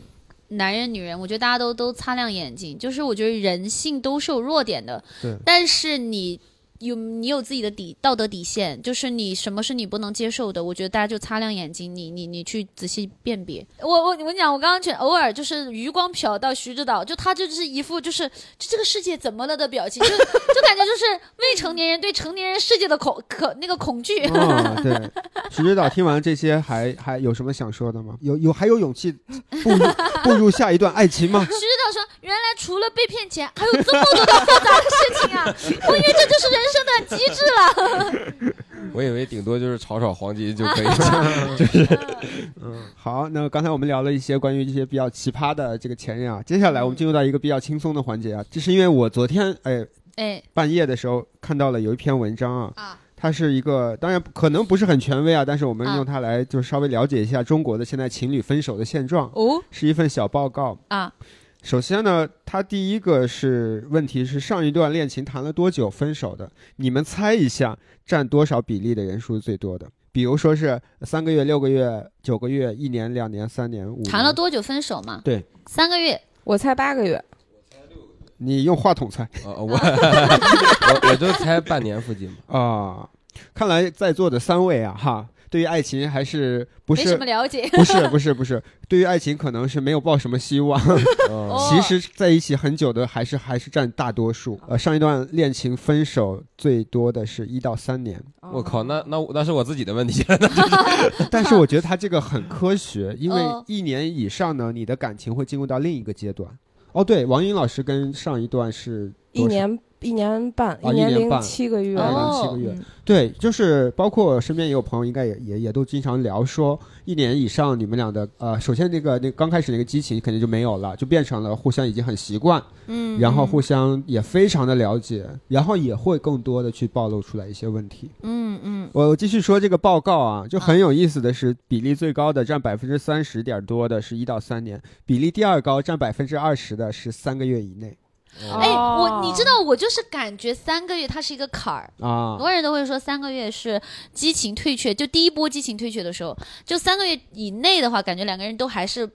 Speaker 2: 男人女人，我觉得大家都都擦亮眼睛，就是我觉得人性都是有弱点的，
Speaker 1: 对
Speaker 2: 但是你。有你有自己的底道德底线，就是你什么是你不能接受的，我觉得大家就擦亮眼睛，你你你去仔细辨别。我我我跟你讲，我刚刚去偶尔就是余光瞟到徐指导，就他就是一副就是就这个世界怎么了的表情，就就感觉就是未成年人对成年人世界的恐可那个恐惧。
Speaker 1: 嗯，对，徐指导听完这些还还有什么想说的吗？有有还有勇气步入步入下一段爱情吗？
Speaker 2: 徐指导说：“原来除了被骗钱，还有这么多的复杂的事情啊！ 我以为这就是人生的极致了。
Speaker 3: 我以为顶多就是炒炒黄金就 可以。
Speaker 1: 好，那刚才我们聊了一些关于这些比较奇葩的这个前任啊，接下来我们进入到一个比较轻松的环节啊，这是因为我昨天哎”
Speaker 2: 哎
Speaker 1: 半夜的时候看到了有一篇文章啊，
Speaker 2: 啊，
Speaker 1: 它是一个当然可能不是很权威啊，但是我们
Speaker 2: 啊
Speaker 1: 用它来就稍微了解一下中国的现在情侣分手的现状，
Speaker 2: 哦
Speaker 1: 是一份小报告。
Speaker 2: 啊，
Speaker 1: 首先呢，它第一个是问题是上一段恋情谈了多久分手的？你们猜一下，占多少比例的人数是最多的？比如说是三个月、六个月、九个月、一年、两年、三年、五年。
Speaker 2: 谈了多久分手嘛？
Speaker 1: 对，
Speaker 2: 三个月。
Speaker 4: 我才八个月，
Speaker 1: 你用话筒猜
Speaker 3: 哦呃我我我就才半年附近吧。
Speaker 1: 啊、看来在座的三位啊，哈，对于爱情还是不
Speaker 2: 没什
Speaker 1: 是
Speaker 2: 么了解。
Speaker 1: 不是不是不是，对于爱情可能是没有抱什么希望。
Speaker 3: 嗯
Speaker 2: 哦
Speaker 1: 其实在一起很久的还是还是占大多数。呃，上一段恋情分手最多的是一到三年，
Speaker 3: 我靠，那那那是我自己的问题。
Speaker 1: 呃但是我觉得他这个很科学，因为
Speaker 2: 哦
Speaker 1: 一年以上呢，你的感情会进入到另一个阶段。哦，对，王英老师跟上一段是
Speaker 4: 一
Speaker 1: 多少
Speaker 4: 年一年半，
Speaker 1: 啊一
Speaker 4: 年
Speaker 1: 年
Speaker 4: 零
Speaker 1: 半
Speaker 4: 七个月
Speaker 1: 大概
Speaker 2: 哦
Speaker 4: 吧。
Speaker 1: 七个月，
Speaker 4: 嗯
Speaker 1: 对，就是包括我身边也有朋友，应该也也也都经常聊说，一年以上你们俩的呃，首先那个那个刚开始那个激情肯定就没有了，就变成了互相已经很习惯，
Speaker 2: 嗯，
Speaker 1: 然后互相也非常的了解，然后也会更多的去暴露出来一些问题。
Speaker 2: 嗯嗯
Speaker 1: 我继续说这个报告啊，就很有意思的是，比例最高的占百分之三十点多的是一到三年，比例第二高占百分之二十的是三个月以内
Speaker 2: 哎，
Speaker 4: 哦
Speaker 2: 我你知道，我就是感觉三个月它是一个坎儿，
Speaker 1: 啊
Speaker 2: 很。多人都会说三个月是激情退却，就第一波激情退却的时候，就三个月以内的话，感觉两个人都还是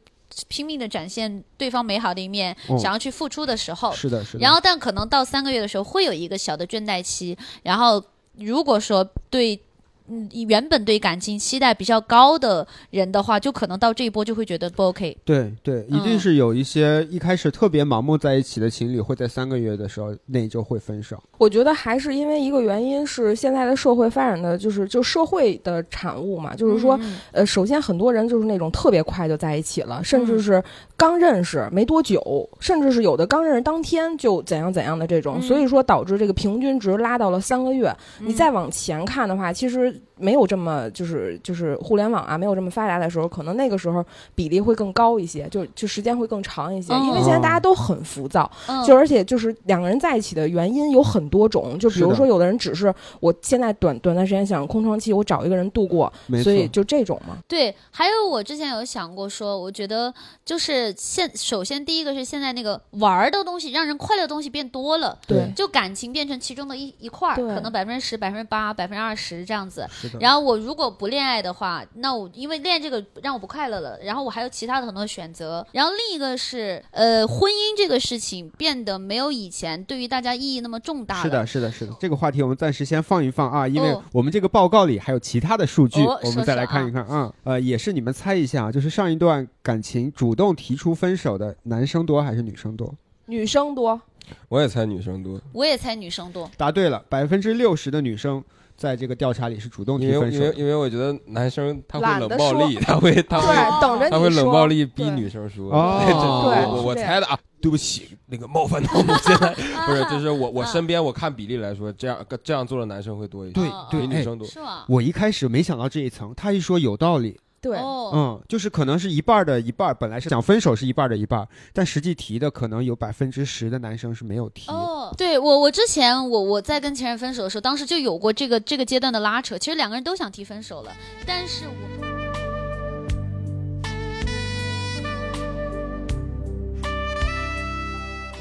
Speaker 2: 拼命的展现对方美好的一面，
Speaker 1: 嗯
Speaker 2: 想要去付出的时候，
Speaker 1: 是的，是的。
Speaker 2: 然后但可能到三个月的时候会有一个小的倦怠期，然后如果说对。嗯，原本对感情期待比较高的人的话，就可能到这一波就会觉得不 OK。
Speaker 1: 对对，一定
Speaker 2: 嗯
Speaker 1: 是有一些一开始特别盲目在一起的情侣，会在三个月的时候内就会分手。
Speaker 4: 我觉得还是因为一个原因是现在的社会发展的就是就社会的产物嘛，就是说
Speaker 2: 嗯，嗯
Speaker 4: 呃，首先很多人就是那种特别快就在一起了，甚至
Speaker 2: 嗯
Speaker 4: 是刚认识没多久，甚至是有的刚认识当天就怎样怎样的这种，
Speaker 2: 嗯
Speaker 4: 所以说导致这个平均值拉到了三个月。你再
Speaker 2: 嗯
Speaker 4: 往前看的话，其实没有这么就是就是互联网啊没有这么发达的时候，可能那个时候比例会更高一些，就就时间会更长一些，因为现在
Speaker 1: 哦
Speaker 4: 大家都很浮躁，
Speaker 2: 嗯
Speaker 4: 就而且就是两个人在一起的原因有很多种，就比
Speaker 1: 是
Speaker 4: 如
Speaker 1: 的
Speaker 4: 说有的人只是我现在短短段时间想空窗期，我找一个人度过，
Speaker 1: 没错
Speaker 4: 所，以就这种嘛。
Speaker 2: 对，还有我之前有想过说，我觉得就是现首先第一个是现在那个玩儿的东西，让人快乐的东西变多了，
Speaker 1: 对
Speaker 2: 就感情变成其中的一一块儿，
Speaker 4: 对
Speaker 2: 可能百分之十、百分之八、百分之二十这样子。
Speaker 1: 是的。
Speaker 2: 然后我如果不恋爱的话，那我因为恋爱这个让我不快乐了，然后我还有其他的很多选择。然后另一个是，呃，婚姻这个事情变得没有以前对于大家意义那么重大了。
Speaker 1: 是的，是的，是的，这个话题我们暂时先放一放啊，因为
Speaker 2: 哦
Speaker 1: 我们这个报告里还有其他的数据，
Speaker 2: 哦
Speaker 1: 我
Speaker 2: 说
Speaker 1: 们再来
Speaker 2: 说
Speaker 1: 看
Speaker 2: 啊
Speaker 1: 一看啊、呃，也是你们猜一下，啊就是上一段感情主动提出分手的男生多还是女生多？
Speaker 4: 女生多，
Speaker 3: 我也猜女生多，
Speaker 2: 我也猜女生多。
Speaker 1: 答对了，百分之六十的女生在这个调查里是主动提
Speaker 3: 因为
Speaker 1: 分
Speaker 3: 因
Speaker 1: 手
Speaker 3: 为
Speaker 1: 的。
Speaker 3: 因为我觉得男生他
Speaker 4: 懒
Speaker 3: 会冷
Speaker 4: 得
Speaker 3: 暴
Speaker 4: 说
Speaker 3: 力，他会他会
Speaker 4: 对，等着你
Speaker 3: 他会冷
Speaker 4: 说
Speaker 3: 暴力逼
Speaker 4: 对
Speaker 3: 女生说。
Speaker 1: 哦
Speaker 3: 这这
Speaker 4: 对
Speaker 3: 我我
Speaker 4: 是这样
Speaker 3: 猜的啊， 对不起，那个冒犯到你现在 不是，就 是我我
Speaker 1: 嗯
Speaker 2: 啊
Speaker 3: 身边我看比例来说，这样这样做的男生会多一些，
Speaker 1: 对
Speaker 2: 哦
Speaker 1: 对
Speaker 3: 比
Speaker 1: 哎
Speaker 3: 嗯女生多。
Speaker 2: 是吗？
Speaker 1: 我一开始没想到这一层，他一说有道理，
Speaker 4: 对，
Speaker 2: 哦，
Speaker 1: 嗯，就是可能是一半儿的一半儿，本来是想分手是一半儿的一半儿，但实际提的可能有百分之十的男生是没有提。
Speaker 2: 哦，对我，我之前我我在跟前任分手的时候，当时就有过这个这个阶段的拉扯。其实两个人都想提分手了，但是我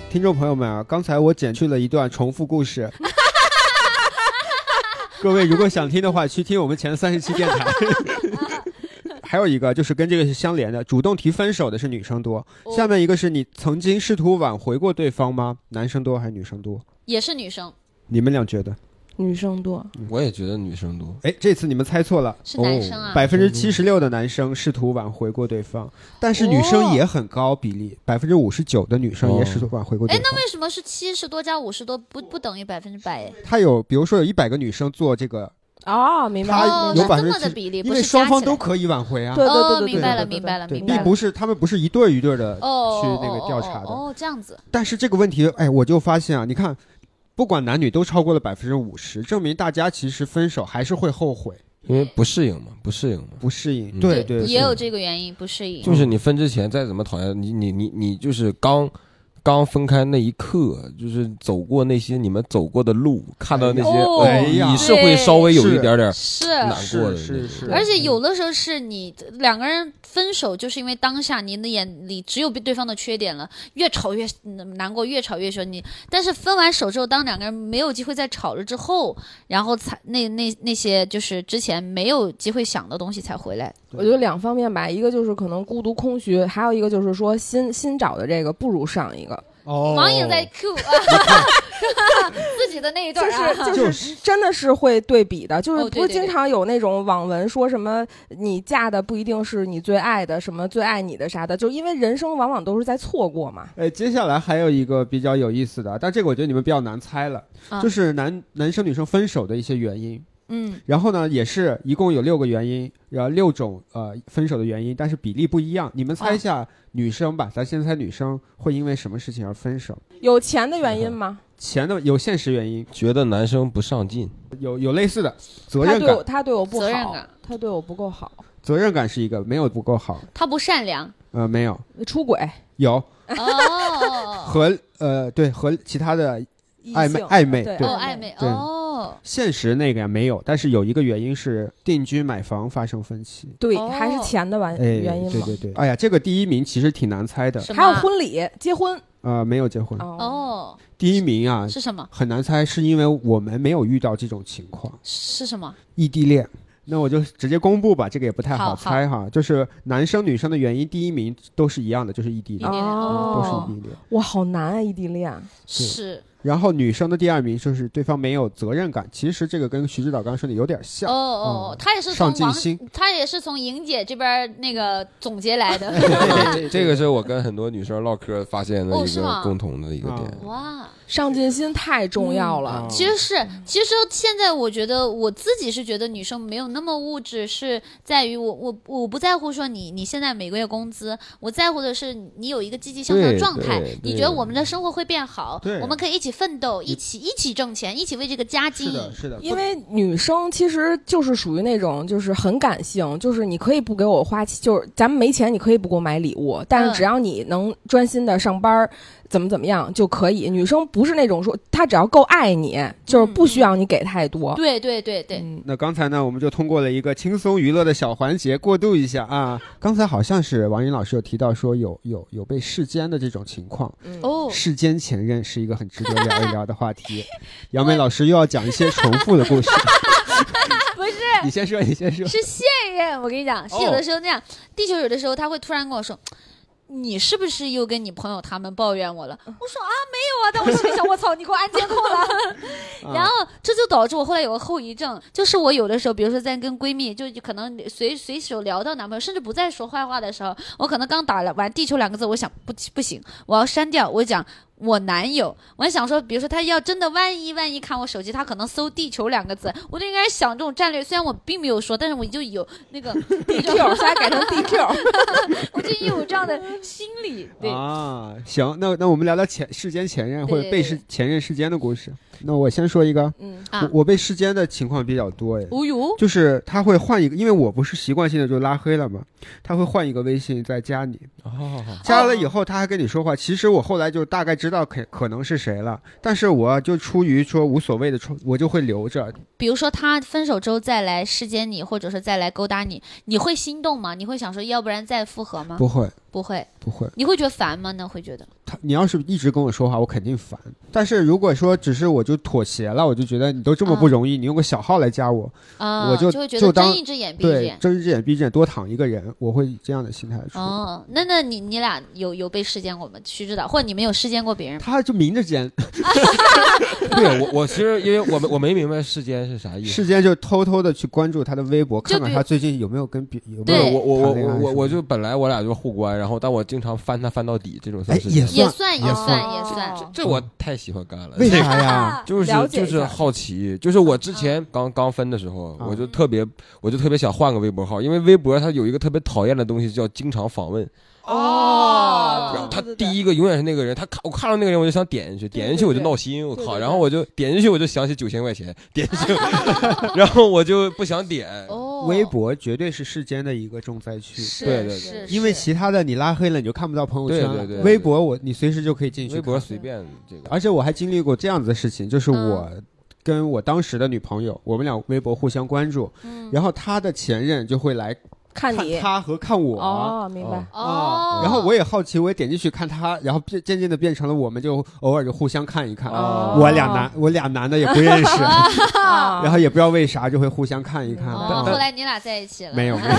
Speaker 1: 听众朋友们啊，刚才我剪去了一段重复故 事。各位如果想听的话，去听我们前三十期电 台。还有一个就是跟这个是相连的，主动提分手的是女生多。
Speaker 2: 哦
Speaker 1: 下面一个是你曾经试图挽回过对方吗？男生多还是女生多？
Speaker 2: 也是女生，
Speaker 1: 你们俩觉得？
Speaker 4: 女生多，
Speaker 3: 我也觉得女生多。
Speaker 1: 哎，这次你们猜错了，哦
Speaker 2: 是男生啊。
Speaker 1: 百分之七十六的男生试图挽回过对方，但是女生也很高比例，百分之五十九的女生也试图挽回过对
Speaker 2: 哎、
Speaker 1: 方。
Speaker 2: 哦那为什么是七十多加五十多不不等于百分之百？
Speaker 1: 他有，比如说有一百个女生做这个，
Speaker 4: 哦，明白
Speaker 1: 他
Speaker 4: 了，
Speaker 2: 哦，
Speaker 1: 有
Speaker 2: 是
Speaker 4: 明白
Speaker 1: 百
Speaker 4: 了
Speaker 2: 这
Speaker 1: 分
Speaker 2: 么
Speaker 1: 之
Speaker 2: 的比例，
Speaker 1: 因
Speaker 2: 不
Speaker 1: 为
Speaker 2: 是
Speaker 1: 双
Speaker 2: 加
Speaker 1: 方
Speaker 2: 起
Speaker 1: 都
Speaker 2: 来
Speaker 1: 可以挽回啊。
Speaker 4: 对对对
Speaker 2: 哦，
Speaker 4: 对
Speaker 2: 明
Speaker 4: 对
Speaker 2: 白
Speaker 4: 对
Speaker 2: 了，
Speaker 4: 对
Speaker 2: 明
Speaker 4: 对
Speaker 2: 白了，
Speaker 1: 对
Speaker 2: 明
Speaker 1: 并
Speaker 2: 白了。
Speaker 1: 不是他们不是一对一对的
Speaker 2: 哦，
Speaker 1: 呃去那个调查
Speaker 2: 哦
Speaker 1: 的，
Speaker 2: 哦哦，这样子，
Speaker 1: 但是这个问题，哎，我就发现啊，你看，不管男女都超过了百分之五十，证明大家其实分手还是会后悔、
Speaker 3: 因为不适应嘛，不适应嘛。
Speaker 1: 不适应。
Speaker 3: 嗯
Speaker 1: 对
Speaker 2: 对
Speaker 1: 对，
Speaker 2: 也
Speaker 1: 是
Speaker 2: 有这个原因，不适
Speaker 1: 嗯
Speaker 2: 应。
Speaker 3: 就是你分之前再怎么讨厌，你你你你就是刚刚分开那一刻，就是走过那些你们走过的路，看到那些，
Speaker 2: 哦
Speaker 3: 呃
Speaker 1: 哎呀
Speaker 3: 你是会稍微有一
Speaker 1: 是
Speaker 3: 点点儿
Speaker 2: 是，
Speaker 3: 难过的那种，
Speaker 1: 是是是
Speaker 2: 而且有的时候是你两个人分手，就是因为当下你的眼里只有对方的缺点了，越吵越难过，越吵越凶。你但是分完手之后，当两个人没有机会再吵了之后，然后才那那那些就是之前没有机会想的东西才回来。
Speaker 4: 我觉得两方面吧，一个就是可能孤独空虚，还有一个就是说新新找的这个不如上一个，
Speaker 1: 哦，
Speaker 2: 网瘾在 Q 啊， 自己的那一段
Speaker 4: 就
Speaker 2: 啊，
Speaker 4: 是
Speaker 1: 就
Speaker 4: 就是是真的是会对比的，就是
Speaker 2: 哦对
Speaker 4: 不是
Speaker 2: 对
Speaker 4: 经
Speaker 2: 对
Speaker 4: 常有那种网文说什么你嫁的不一定是你最爱的，什么最爱你的啥的，就因为人生往往都是在错过嘛。
Speaker 1: 呃，接下来还有一个比较有意思的，但这个我觉得你们比较难猜了，
Speaker 2: 啊
Speaker 1: 就是男男生女生分手的一些原因。
Speaker 2: 嗯，
Speaker 1: 然后呢，也是一共有六个原因，然后六种呃分手的原因，但是比例不一样。你们
Speaker 2: 啊
Speaker 1: 猜一下女生吧，咱先猜女生会因为什么事情而分手？
Speaker 4: 有钱的原因吗？
Speaker 1: 钱的有现实原因，
Speaker 3: 觉得男生不上进，
Speaker 1: 有有类似的责
Speaker 4: 他
Speaker 1: 任
Speaker 4: 对我
Speaker 1: 感，
Speaker 4: 他对我不
Speaker 2: 责任
Speaker 4: 好
Speaker 2: 感，
Speaker 4: 他对我不够好，
Speaker 1: 责任感是一个没有不够好，
Speaker 2: 他不善良
Speaker 1: 呃，没有
Speaker 4: 出轨、
Speaker 1: 有
Speaker 2: 哦，
Speaker 1: 和呃对和其他的
Speaker 4: 异
Speaker 1: 暧昧
Speaker 4: 性
Speaker 1: 暧昧
Speaker 4: 对
Speaker 2: 哦暧昧
Speaker 1: 对
Speaker 2: 哦，
Speaker 1: 现实那个呀没有，但是有一个原因是定居买房发生分歧，
Speaker 4: 对，
Speaker 2: 哦
Speaker 4: 还是钱的完
Speaker 1: 哎，
Speaker 4: 呃原因
Speaker 1: 对
Speaker 4: 嘛。
Speaker 1: 对对，哎呀，这个第一名其实挺难猜的，
Speaker 2: 什么
Speaker 4: 还有婚礼、结婚
Speaker 1: 呃，没有结婚，
Speaker 4: 哦，
Speaker 2: 哦
Speaker 1: 第一名啊
Speaker 2: 是什么
Speaker 1: 很难猜，是因为我们没有遇到这种情况，
Speaker 2: 是什么
Speaker 1: 异地恋。那我就直接公布吧，这个也不太
Speaker 2: 好
Speaker 1: 猜哈。就是男生女生的原因，第一名都是一样的，就是异地
Speaker 2: 异地
Speaker 1: 恋，
Speaker 2: 恋
Speaker 1: 嗯都
Speaker 4: 哦
Speaker 1: 是异地恋。
Speaker 4: 哇，好难啊！异地恋，
Speaker 2: 是
Speaker 1: 然后女生的第二名就是对方没有责任感，其实这个跟徐指导刚刚说的有点
Speaker 2: 哦
Speaker 1: 像，
Speaker 2: 哦，哦他也是
Speaker 1: 上
Speaker 2: 从
Speaker 1: 进
Speaker 2: 王
Speaker 1: 心。
Speaker 2: 他也是从莹姐这边儿那个总结来的，
Speaker 3: 这这个是我跟很多女生唠嗑发现的
Speaker 2: 哦
Speaker 3: 一
Speaker 2: 是
Speaker 3: 个
Speaker 2: 吗
Speaker 3: 共同的一个点。
Speaker 1: 哦
Speaker 2: 哇。
Speaker 4: 上进心太重要了
Speaker 1: 嗯。
Speaker 2: 其实是，其实现在我觉得我自己是觉得女生没有那么物质，是在于我我我不在乎说你你现在每个月工资，我在乎的是你有一个积极向上的
Speaker 3: 对
Speaker 2: 状态
Speaker 3: 对。
Speaker 2: 你
Speaker 3: 对
Speaker 2: 觉得我们的生活会变好
Speaker 1: 对，
Speaker 2: 我们可以一起奋斗，一起一起挣钱，一起为这个家经
Speaker 1: 是的，是的，
Speaker 2: 营。
Speaker 4: 因为女生其实就是属于那种，就是很感性，就是你可以不给我花钱，就是咱们没钱，你可以不给我买礼物，但
Speaker 2: 嗯
Speaker 4: 是只要你能专心的上班儿，怎么怎么样就可以。女生不是那种说她只要够爱你，就是不需要你给太多。
Speaker 2: 对对对对，
Speaker 4: 嗯，
Speaker 1: 那刚才呢，我们就通过了一个轻松娱乐的小环节过渡一下啊。刚才好像是王云老师有提到说有有有被世间的这种情况，
Speaker 4: 嗯
Speaker 2: 哦，
Speaker 1: 世间前任是一个很值得聊一聊的话 题。杨梅老师又要讲一些重复的故事，
Speaker 2: 不是，
Speaker 1: 你先说，你先说。
Speaker 2: 是现任。我跟你讲，是有的时候那样，地球有的时候他会突然跟我说。你是不是又跟你朋友他们抱怨我了？我说啊，没有啊，但我心里想，我操，你给我按监控了。然
Speaker 1: 啊、
Speaker 2: 后这就导致我后来有个后遗症，就是我有的时候，比如说在跟闺蜜，就就可能随随手聊到男朋友，甚至不再说坏话的时候，我可能刚打了完“地球”两个字，我想不不行，我要删掉，我讲。我男友，我还想说，比如说他要真的万一万一看我手机，他可能搜“地球”两个字，我就应该想这种战略。虽然我并没有说，但是我就有那个
Speaker 4: DQ，现在改成 DQ，
Speaker 2: 我就有这样的心理。 对，
Speaker 1: 啊，行，那那我们聊聊前世间前任
Speaker 2: 对
Speaker 1: 或者被
Speaker 2: 对
Speaker 1: 世前任世间的故事。那我先说一个，
Speaker 4: 嗯，
Speaker 2: 啊
Speaker 1: 我我被世间的情况比较多哎。
Speaker 2: 无语，
Speaker 1: 就是他会换一个，因为我不是习惯性的就拉黑了嘛，他会换一个微信再加你，
Speaker 3: 哦好好好，
Speaker 1: 加
Speaker 2: 哦
Speaker 1: 了以后他还跟你说话，其实我后来就大概知道可可能是谁了，但是我就出于说无所谓的冲，我就会留着。
Speaker 2: 比如说他分手之后再来世间你，或者是再来勾搭你，你会心动吗？你会想说，要不然再复合吗？
Speaker 1: 不会，
Speaker 2: 不会，
Speaker 1: 不会，
Speaker 2: 你会觉得烦吗？那会觉得
Speaker 1: 他你要是一直跟我说话，我肯定烦。但是如果说只是我就妥协了，我就觉得你都这么不容易，你用个小号来加我，
Speaker 2: 啊，
Speaker 1: 我就
Speaker 2: 会觉
Speaker 1: 就
Speaker 2: 得
Speaker 1: 当
Speaker 2: 睁一只眼闭一只
Speaker 1: 对
Speaker 2: 眼，。
Speaker 1: 睁一只眼闭一只眼，多躺一个人，我会以这样的心态出。
Speaker 2: 哦，那那你你俩有有被事件过吗？徐指导，或者你们有事件过别人吗？
Speaker 1: 他就明着奸，
Speaker 3: 对我我其实因为我没我没明白世间是啥意思。
Speaker 1: 世间就偷偷的去关注他的微博，
Speaker 2: 就
Speaker 1: 看看
Speaker 2: 比
Speaker 1: 他最近有没有跟别有没
Speaker 2: 对
Speaker 1: 有
Speaker 3: 我我我
Speaker 1: 谈恋
Speaker 3: 我
Speaker 1: 爱什么
Speaker 3: 我我
Speaker 1: 的
Speaker 3: 就本来我俩就互关，然后但我经常翻他翻到底，这种
Speaker 1: 哎
Speaker 3: 算是
Speaker 1: 也
Speaker 2: 也
Speaker 1: 算
Speaker 2: 算
Speaker 1: 也
Speaker 2: 也算
Speaker 4: 算
Speaker 2: 也
Speaker 4: 哦
Speaker 2: 算，
Speaker 3: 这我太喜欢干 了。
Speaker 1: 为
Speaker 3: 这
Speaker 1: 啥呀？
Speaker 3: 就是
Speaker 4: 了解
Speaker 3: 就
Speaker 4: 一
Speaker 3: 是
Speaker 4: 下
Speaker 3: 好奇，就是我之前刚刚分的时候，
Speaker 1: 啊
Speaker 3: 我就特别我就特别想换个微博号，因为微博它有一个特别讨厌的东西叫经常访问，
Speaker 2: 哦
Speaker 3: 然后他
Speaker 4: 对对对
Speaker 3: 第一个永远是那个人，他看我看到那个人我就想点进去，点进去我就闹心，我
Speaker 4: 对
Speaker 3: 靠，
Speaker 4: 对
Speaker 3: 然后我就点进去我就想起九千块钱，点进去，然后我 就不想点，
Speaker 2: 哦，
Speaker 1: 微博绝对是世间的一个重灾区，
Speaker 2: 是
Speaker 3: 对对对
Speaker 2: 是，
Speaker 1: 因为
Speaker 2: 是
Speaker 1: 其他的你拉黑了，你就看不到朋友圈了。
Speaker 3: 对对对
Speaker 1: 微博我你随时就可以进去。
Speaker 3: 微博，随便这个，
Speaker 1: 而且我还经历过这样子的事情，就是
Speaker 2: 嗯
Speaker 1: 我跟我当时的女朋友，我们俩微博互相关注，
Speaker 2: 嗯
Speaker 1: 然后她的前任就会来
Speaker 4: 看
Speaker 1: 看
Speaker 4: 你
Speaker 1: 她和看我。
Speaker 4: 哦，明白
Speaker 3: 哦。
Speaker 2: 哦，
Speaker 1: 然后我也好奇，我也点进去看他，然后变渐渐的变成了我们就偶尔就互相看一看，
Speaker 3: 哦
Speaker 1: 我俩男我俩男的也不认识，
Speaker 4: 啊
Speaker 1: 然后也不知道为啥就会互相看一看。
Speaker 2: 哦
Speaker 1: 但
Speaker 2: 后来你俩在一起了，
Speaker 1: 没有没有，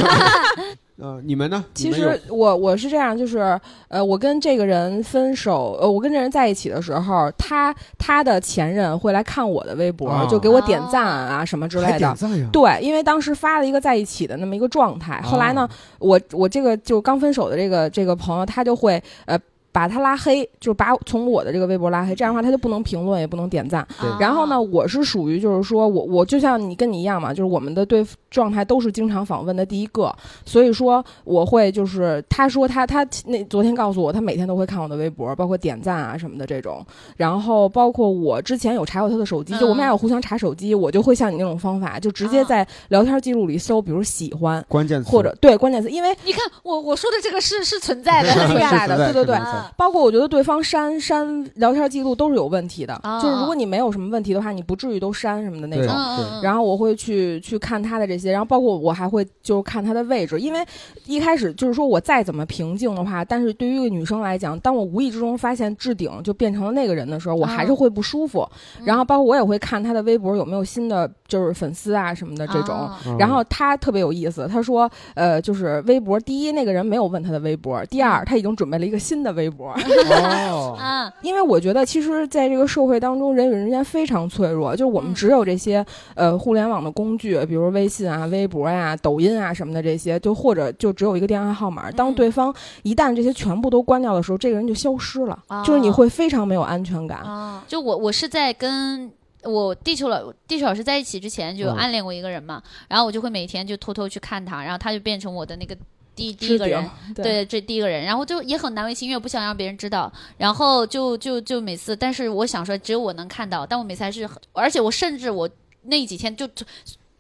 Speaker 1: 呃，你们呢？
Speaker 4: 其
Speaker 1: 你们
Speaker 4: 实我我是这样，就是呃，我跟这个人分手，呃，我跟这人在一起的时候，他他的前任会来看我的微博，
Speaker 3: 哦
Speaker 1: 啊
Speaker 4: 就给我点赞啊什么之
Speaker 1: 有还
Speaker 4: 类的
Speaker 1: 点。赞呀？
Speaker 4: 对，因为当时发了一个在一起的那么一个状态，
Speaker 3: 哦
Speaker 4: 后来呢
Speaker 1: 啊，，
Speaker 4: 我我这个就刚分手的这个这个朋友，他就会呃把他拉黑，就是把从我的这个微博拉黑，这样的话他就不能评论，也不能点赞。
Speaker 1: 对
Speaker 2: 啊
Speaker 4: 然后呢，？我是属于就是说我我就像你跟你一样嘛，就是我们的对状态都是经常访问的第一个，所以说我会就是他说他他那昨天告诉我他每天都会看我的微博，包括点赞啊什么的这种，然后包括我之前有查过他的手机，就我们俩有互相查手机，我就会像你那种方法，就直接
Speaker 2: 啊
Speaker 4: 在聊天记录里搜，比如喜欢
Speaker 1: 关键词
Speaker 4: 或者对关键词，因为
Speaker 2: 你看我我说的这个是是存在的，
Speaker 1: 是
Speaker 2: 是
Speaker 1: 存
Speaker 2: 吧？
Speaker 1: 在的，
Speaker 4: 对对
Speaker 1: 是
Speaker 4: 对
Speaker 1: 存在的
Speaker 2: 啊
Speaker 4: 包括我觉得对方删删聊天记录都是有问题的，
Speaker 2: 啊
Speaker 4: 就是如果你没有什么问题的话，你不至于都删什么的那
Speaker 1: 对
Speaker 4: 种。
Speaker 2: 嗯
Speaker 1: 对
Speaker 2: 嗯，
Speaker 4: 然后我会去去看他的这些，然后包括我还会就是看他的位置，因为一开始就是说我再怎么平静的话，但是对于一个女生来讲，当我无意之中发现置顶就变成了那个人的时候，我还是
Speaker 2: 啊
Speaker 4: 会不舒服。
Speaker 2: 嗯
Speaker 4: 然后包括我也会看他的微博有没有新的就是粉丝啊什么的这种。
Speaker 2: 啊
Speaker 1: 嗯
Speaker 4: 然后他特别有意思，他说，呃，就是微博，第一，那个人没有问他的微博；第
Speaker 2: 嗯
Speaker 4: 二，他已经准备了一个新的微博，
Speaker 1: 哦，
Speaker 2: 啊，
Speaker 4: 因为我觉得，其实在这个社会当中，人与人之间非常脆弱，就是我们
Speaker 2: 嗯
Speaker 4: 只有这些、呃互联网的工具，比如微信啊、微博呀、抖音啊什么的这些，就或者就只有一个电话号码。当
Speaker 2: 嗯
Speaker 4: 对方一旦这些全部都关掉的时候，这个人就消失了，
Speaker 2: 啊
Speaker 4: 就是你会非常没有安全感。
Speaker 2: 啊，就我我是在跟我地球老地球老师在一起之前就
Speaker 1: 嗯
Speaker 2: 暗恋过一个人嘛，然后我就会每天就偷偷去看他，然后他就变成我的那个第第一
Speaker 4: 置
Speaker 2: 个
Speaker 4: 顶
Speaker 2: 人，，
Speaker 4: 对
Speaker 2: 对，这第一个人，然后就也很难为情，因为我不想让别人知道，然后就就就每次，但是我想说，只有我能看到，但我每次还是很，而且我甚至我那几天就就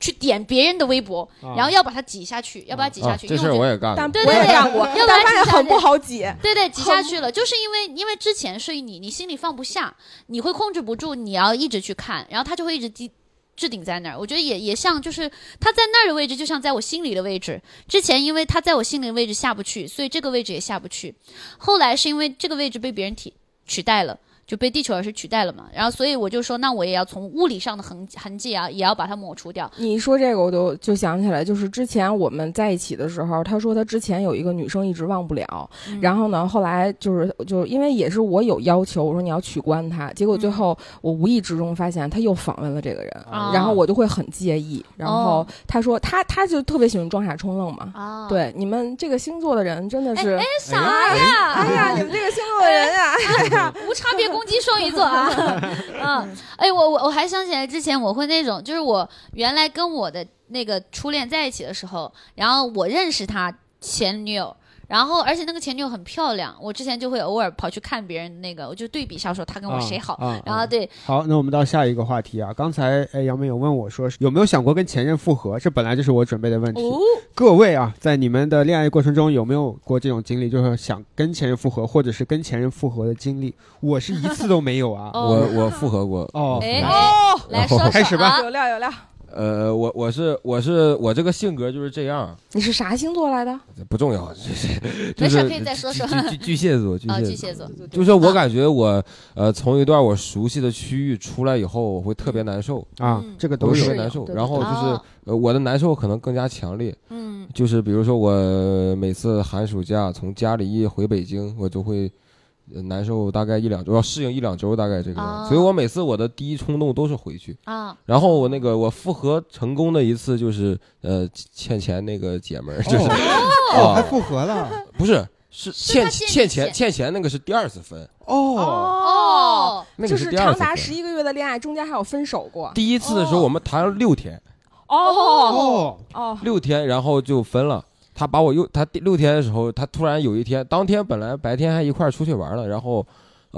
Speaker 2: 去点别人的微博，
Speaker 1: 啊
Speaker 2: 然后要把它挤下去，要把它挤下
Speaker 3: 啊
Speaker 2: 去，
Speaker 3: 这
Speaker 2: 因
Speaker 3: 事
Speaker 2: 为
Speaker 3: 儿
Speaker 2: 我
Speaker 3: 我
Speaker 2: 觉得
Speaker 3: 也干过
Speaker 4: 但。
Speaker 2: 对
Speaker 4: 我也干过，
Speaker 2: 要不然
Speaker 4: 但发现很不好解。
Speaker 2: 对对，挤下去了，就是因为因为之前是你你心里放不下，你会控制不住，你要一直去看，然后它就会一直积置顶在那儿，我觉得也也像，就是它在那儿的位置，就像在我心里的位置。之前因为它在我心里的位置下不去，所以这个位置也下不去。后来是因为这个位置被别人替取代了，就被地球老师取代了嘛。然后所以我就说，那我也要从物理上的痕痕迹啊，也要把它抹除掉。
Speaker 4: 你说这个，我就就想起来，就是之前我们在一起的时候，他说他之前有一个女生一直忘不了，
Speaker 2: 嗯
Speaker 4: 然后呢，后来就是就是因为也是我有要求，我说你要取关他，结果最后我无意之中发现他又访问了这个人，
Speaker 2: 啊
Speaker 4: 然后我就会很介意。然后
Speaker 2: 哦
Speaker 4: 他说他他就特别喜欢装傻充愣嘛，
Speaker 2: 啊，
Speaker 4: 对你们这个星座的人真的是，
Speaker 2: 啥呀？
Speaker 4: 哎呀，你们这个星座的人啊 呀、
Speaker 2: 无差别攻击双鱼座 啊，嗯，哎，我我我还想起来之前我会那种，就是我原来跟我的那个初恋在一起的时候，然后我认识他前女友。然后，而且那个前女友很漂亮，我之前就会偶尔跑去看别人那个，我就对比一下说她跟我谁好。
Speaker 1: 啊啊
Speaker 2: 然后
Speaker 1: 啊
Speaker 2: 对，。
Speaker 1: 好，那我们到下一个话题啊。刚才哎，杨梅有问我说，有没有想过跟前任复合？这本来就是我准备的问题。
Speaker 4: 哦
Speaker 1: 各位啊，在你们的恋爱过程中有没有过这种经历，就是想跟前任复合，或者是跟前任复合的经历？我是一次都没有啊
Speaker 2: 哦
Speaker 3: 我我嗯复合过
Speaker 1: 哦
Speaker 2: 哎，
Speaker 4: 哦，
Speaker 2: 来 说说啊，
Speaker 1: 开始吧
Speaker 4: 有料有料，
Speaker 3: 呃，我我是我是我这个性格就是这样，
Speaker 4: 你是啥星座来的？
Speaker 3: 不重要，就是
Speaker 2: 没
Speaker 3: 就
Speaker 2: 事
Speaker 3: 是
Speaker 2: 可以再说说
Speaker 3: 巨巨巨蟹座，巨
Speaker 2: 啊，
Speaker 3: 蟹
Speaker 2: 巨
Speaker 3: 座。
Speaker 2: 蟹座，
Speaker 3: 就是我
Speaker 2: 啊
Speaker 3: 感觉我，呃，从一段我熟悉的区域出来以后，我会特别难受，
Speaker 1: 啊
Speaker 2: 嗯，
Speaker 1: 这个
Speaker 3: 我
Speaker 1: 都
Speaker 3: 会特
Speaker 1: 有
Speaker 3: 别
Speaker 4: 是
Speaker 3: 难
Speaker 4: 有
Speaker 3: 受。
Speaker 4: 对对
Speaker 3: 然后就
Speaker 2: 啊
Speaker 3: 是，呃，我的难受可能更加强烈。
Speaker 2: 嗯，
Speaker 3: 就是比如说我每次寒暑假从家里一回北京，我就会呃难受大概一两周，要适应一两周大概这个样
Speaker 2: 啊
Speaker 3: 子。所以我每次我的第一冲动都是回去。
Speaker 2: 啊，
Speaker 3: 然后我那个我复合成功的一次就是呃欠钱那个姐们儿，就是啊
Speaker 1: 哦，还复合了
Speaker 3: 不是是欠
Speaker 2: 他欠你
Speaker 3: 欠钱
Speaker 2: 钱
Speaker 3: 欠钱那个是第二次分，
Speaker 1: 哦，
Speaker 2: 哦，
Speaker 3: 那
Speaker 4: 就
Speaker 3: 个
Speaker 4: 是
Speaker 3: 第二
Speaker 4: 长
Speaker 3: 次
Speaker 4: 达
Speaker 3: 分。
Speaker 4: 十一个月的恋爱，中间还有分手过。
Speaker 3: 第一次的时候我们谈了六天，
Speaker 4: 哦
Speaker 1: 哦，
Speaker 4: 哦，
Speaker 3: 六天然后就分了。他把我又他第六天的时候，他突然有一天，当天本来白天还一块儿出去玩了，然后。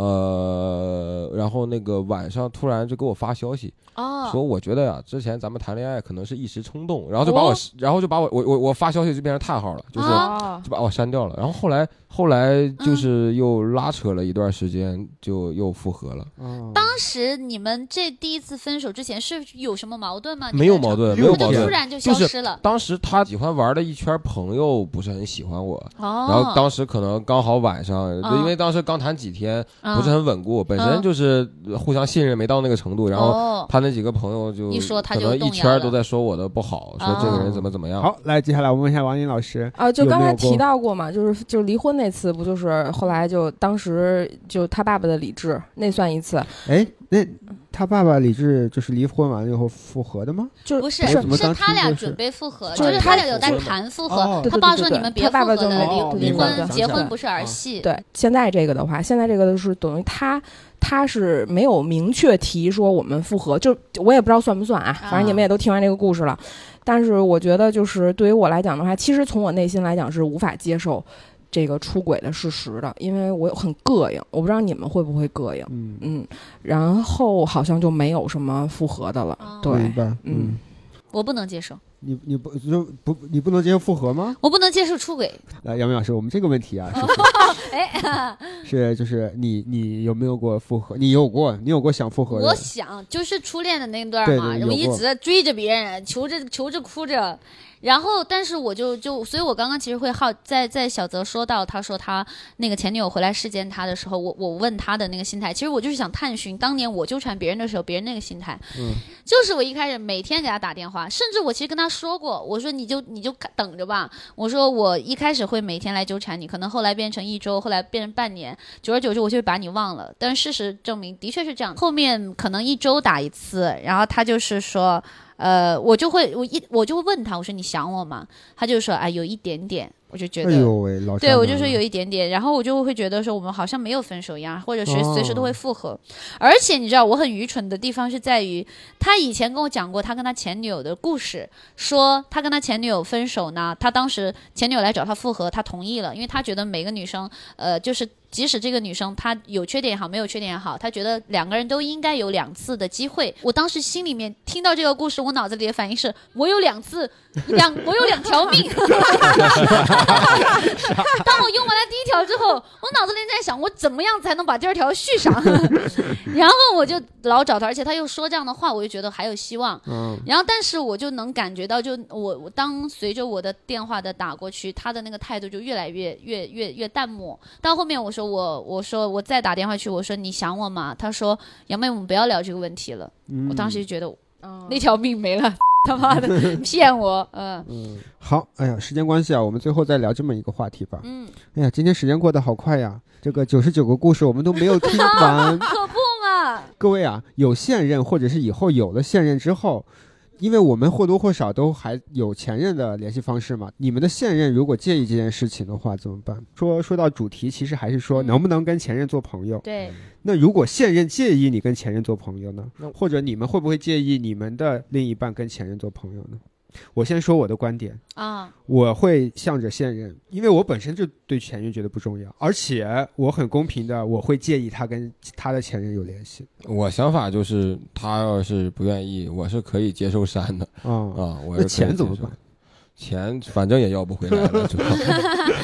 Speaker 3: 呃，然后那个晚上突然就给我发消息，
Speaker 2: 哦，
Speaker 3: 说我觉得呀、之前咱们谈恋爱可能是一时冲动，然后就把我，然后就把我，我我我发消息就变成叹号了，就是、
Speaker 2: 啊
Speaker 4: 哦
Speaker 3: 就把我删掉了。然后后来后来
Speaker 2: 嗯
Speaker 3: 就是又拉扯了一段时间，就又复合了，
Speaker 2: 啊
Speaker 1: 哦
Speaker 2: 当时你们这第一次分手之前是有什么矛盾吗？你
Speaker 3: 没有
Speaker 2: 们吵
Speaker 3: 矛盾，
Speaker 1: 就
Speaker 3: 没有
Speaker 2: 就
Speaker 3: 矛
Speaker 2: 突
Speaker 3: 盾。
Speaker 2: 然就消
Speaker 3: 就是
Speaker 2: 失了。
Speaker 3: 当时他喜欢玩的一圈朋友不是很喜欢我，
Speaker 2: 哦，
Speaker 3: 然后当时可能刚好晚上，
Speaker 2: 哦
Speaker 3: 因为当时刚谈几天，
Speaker 2: 啊
Speaker 3: 不是很稳固，本身
Speaker 2: 嗯
Speaker 3: 就是互相信任没到那个程度，然后
Speaker 2: 哦，
Speaker 3: 他那几个朋友就
Speaker 2: 一说他
Speaker 3: 可
Speaker 2: 就
Speaker 3: 能
Speaker 2: 动
Speaker 3: 一
Speaker 2: 摇
Speaker 3: 圈儿
Speaker 2: 了哦
Speaker 3: 都在说我的不好，说这个人怎么怎么样。
Speaker 1: 好，来，接下来我问一下王林老师，
Speaker 4: 啊，就
Speaker 1: 有
Speaker 4: 刚
Speaker 1: 没有
Speaker 4: 才
Speaker 1: 过
Speaker 4: 提到过嘛，就是就是离婚那次，不就是后来就当时就他爸爸的理智，那算一次，
Speaker 1: 哎，那
Speaker 2: 嗯
Speaker 1: 他爸爸李志就是离婚完了以后复合的吗？
Speaker 4: 就是
Speaker 2: 不是，
Speaker 1: 我怎么
Speaker 2: 是
Speaker 1: 当
Speaker 2: 他俩
Speaker 1: 初就是
Speaker 2: 准备复合，
Speaker 4: 就
Speaker 2: 就是是
Speaker 4: 他
Speaker 2: 他俩有在
Speaker 3: 复合
Speaker 2: 谈复
Speaker 1: 哦
Speaker 2: 合。
Speaker 1: 对
Speaker 2: 他
Speaker 4: 对
Speaker 2: 爸
Speaker 4: 对
Speaker 2: 说
Speaker 4: 对
Speaker 2: 你们
Speaker 4: 他
Speaker 2: 别复
Speaker 4: 爸
Speaker 2: 合
Speaker 4: 爸就
Speaker 2: 了，
Speaker 1: 哦
Speaker 2: 离离
Speaker 1: 明白了
Speaker 2: 婚结
Speaker 1: 想起来
Speaker 2: 婚
Speaker 1: 了
Speaker 2: 不是儿
Speaker 1: 哦
Speaker 2: 戏。
Speaker 4: 对，现在这个的话，现在这个的是等于他他是没有明确提说我们复合，就我也不知道算不算啊，反正你们也都听完这个故事了。但是我觉得，就是对于我来讲的话，其实从我内心来讲是无法接受这个出轨的事实的，因为我很膈应。我不知道你们会不会膈应，
Speaker 1: 嗯，
Speaker 4: 嗯。然后好像就没有什么复合的了，
Speaker 2: 哦
Speaker 4: 对
Speaker 1: 明白，嗯
Speaker 4: 嗯，
Speaker 2: 我不能接受，
Speaker 1: 你你不就不你不能接受复合吗？
Speaker 2: 我不能接受出 轨。
Speaker 1: 来，杨明老师，我们这个问题啊，
Speaker 2: 哦哎，
Speaker 1: 是是就是你你有没有过复合？你有过，你有过想复合
Speaker 2: 我
Speaker 1: 的？
Speaker 2: 想就是初恋的那段
Speaker 1: 对
Speaker 2: 嘛，
Speaker 1: 对有
Speaker 2: 我一
Speaker 1: 过
Speaker 2: 直在追着别人，求着求着哭着，然后但是我就就，所以我刚刚其实会好在在小泽说到他说他那个前女友回来事件他的时候，我我问他的那个心态，其实我就是想探寻当年我纠缠别人的时候别人那个心态，
Speaker 1: 嗯
Speaker 2: 就是我一开始每天给他打电话，甚至我其实跟他说过，我说你就你就等着吧，我说我一开始会每天来纠缠你，可能后来变成一周，后来变成半年，久而久之我就会把你忘了。但事实证明的确是这样，后面可能一周打一次，然后他就是说，呃，我就会我一我就会问他，我说你想我吗？他就说哎有一点点，我就觉
Speaker 1: 哎
Speaker 2: 得。
Speaker 1: 呦喂，老
Speaker 2: 对，
Speaker 1: 丈
Speaker 2: 我
Speaker 1: 人
Speaker 2: 就说
Speaker 1: 了
Speaker 2: 有一点点，然后我就会觉得说我们好像没有分手一样，或者是随时
Speaker 1: 哦
Speaker 2: 都会复合。而且你知道我很愚蠢的地方是在于，他以前跟我讲过他跟他前女友的故事，说他跟他前女友分手呢，他当时前女友来找他复合，他同意了，因为他觉得每个女生，呃，就是。即使这个女生她有缺点也好，没有缺点也好，他觉得两个人都应该有两次的机会。我当时心里面听到这个故事，我脑子里的反应是：我有两次，两我有两条命，当我用完了第一条之后，我脑子里在想，我怎么样才能把第二条续上？然后我就老找他，而且他又说这样的话，我就觉得还有希望。
Speaker 1: 嗯，
Speaker 2: 然后，但是我就能感觉到，就我我当随着我的电话的打过去，他的那个态度就越来越越越越淡漠。到后面我说我我说我再打电话去，我说你想我吗？他说杨妹，我们不要聊这个问题了。
Speaker 1: 嗯
Speaker 2: 我当时就觉得
Speaker 4: 嗯
Speaker 2: 那条命没了， 他妈的骗我，嗯
Speaker 1: 嗯，好，哎呀，时间关系啊，我们最后再聊这么一个话题吧。
Speaker 2: 嗯，
Speaker 1: 哎呀，今天时间过得好快呀，这个九十九个故事我们都没有听 完。
Speaker 2: 可不嘛，
Speaker 1: 各位啊，有现任或者是以后有了现任之后，因为我们或多或少都还有前任的联系方式嘛。你们的现任如果介意这件事情的话，怎么办？说说到主题，其实还是说
Speaker 2: 嗯
Speaker 1: 能不能跟前任做朋友。
Speaker 2: 对。
Speaker 1: 那如果现任介意你跟前任做朋友呢
Speaker 3: 那？
Speaker 1: 或者你们会不会介意你们的另一半跟前任做朋友呢？我先说我的观点。
Speaker 2: 啊，
Speaker 1: 我会向着现任，因为我本身就对前任觉得不重要，而且我很公平的，我会介意他跟他的前任有联系。
Speaker 3: 我想法就是，他要是不愿意，我是可以接受删的
Speaker 1: 啊、
Speaker 3: 啊。我
Speaker 1: 那
Speaker 3: 是可以
Speaker 1: 钱怎么
Speaker 3: 接受
Speaker 1: 办？
Speaker 3: 钱反正也要不回来 了，主要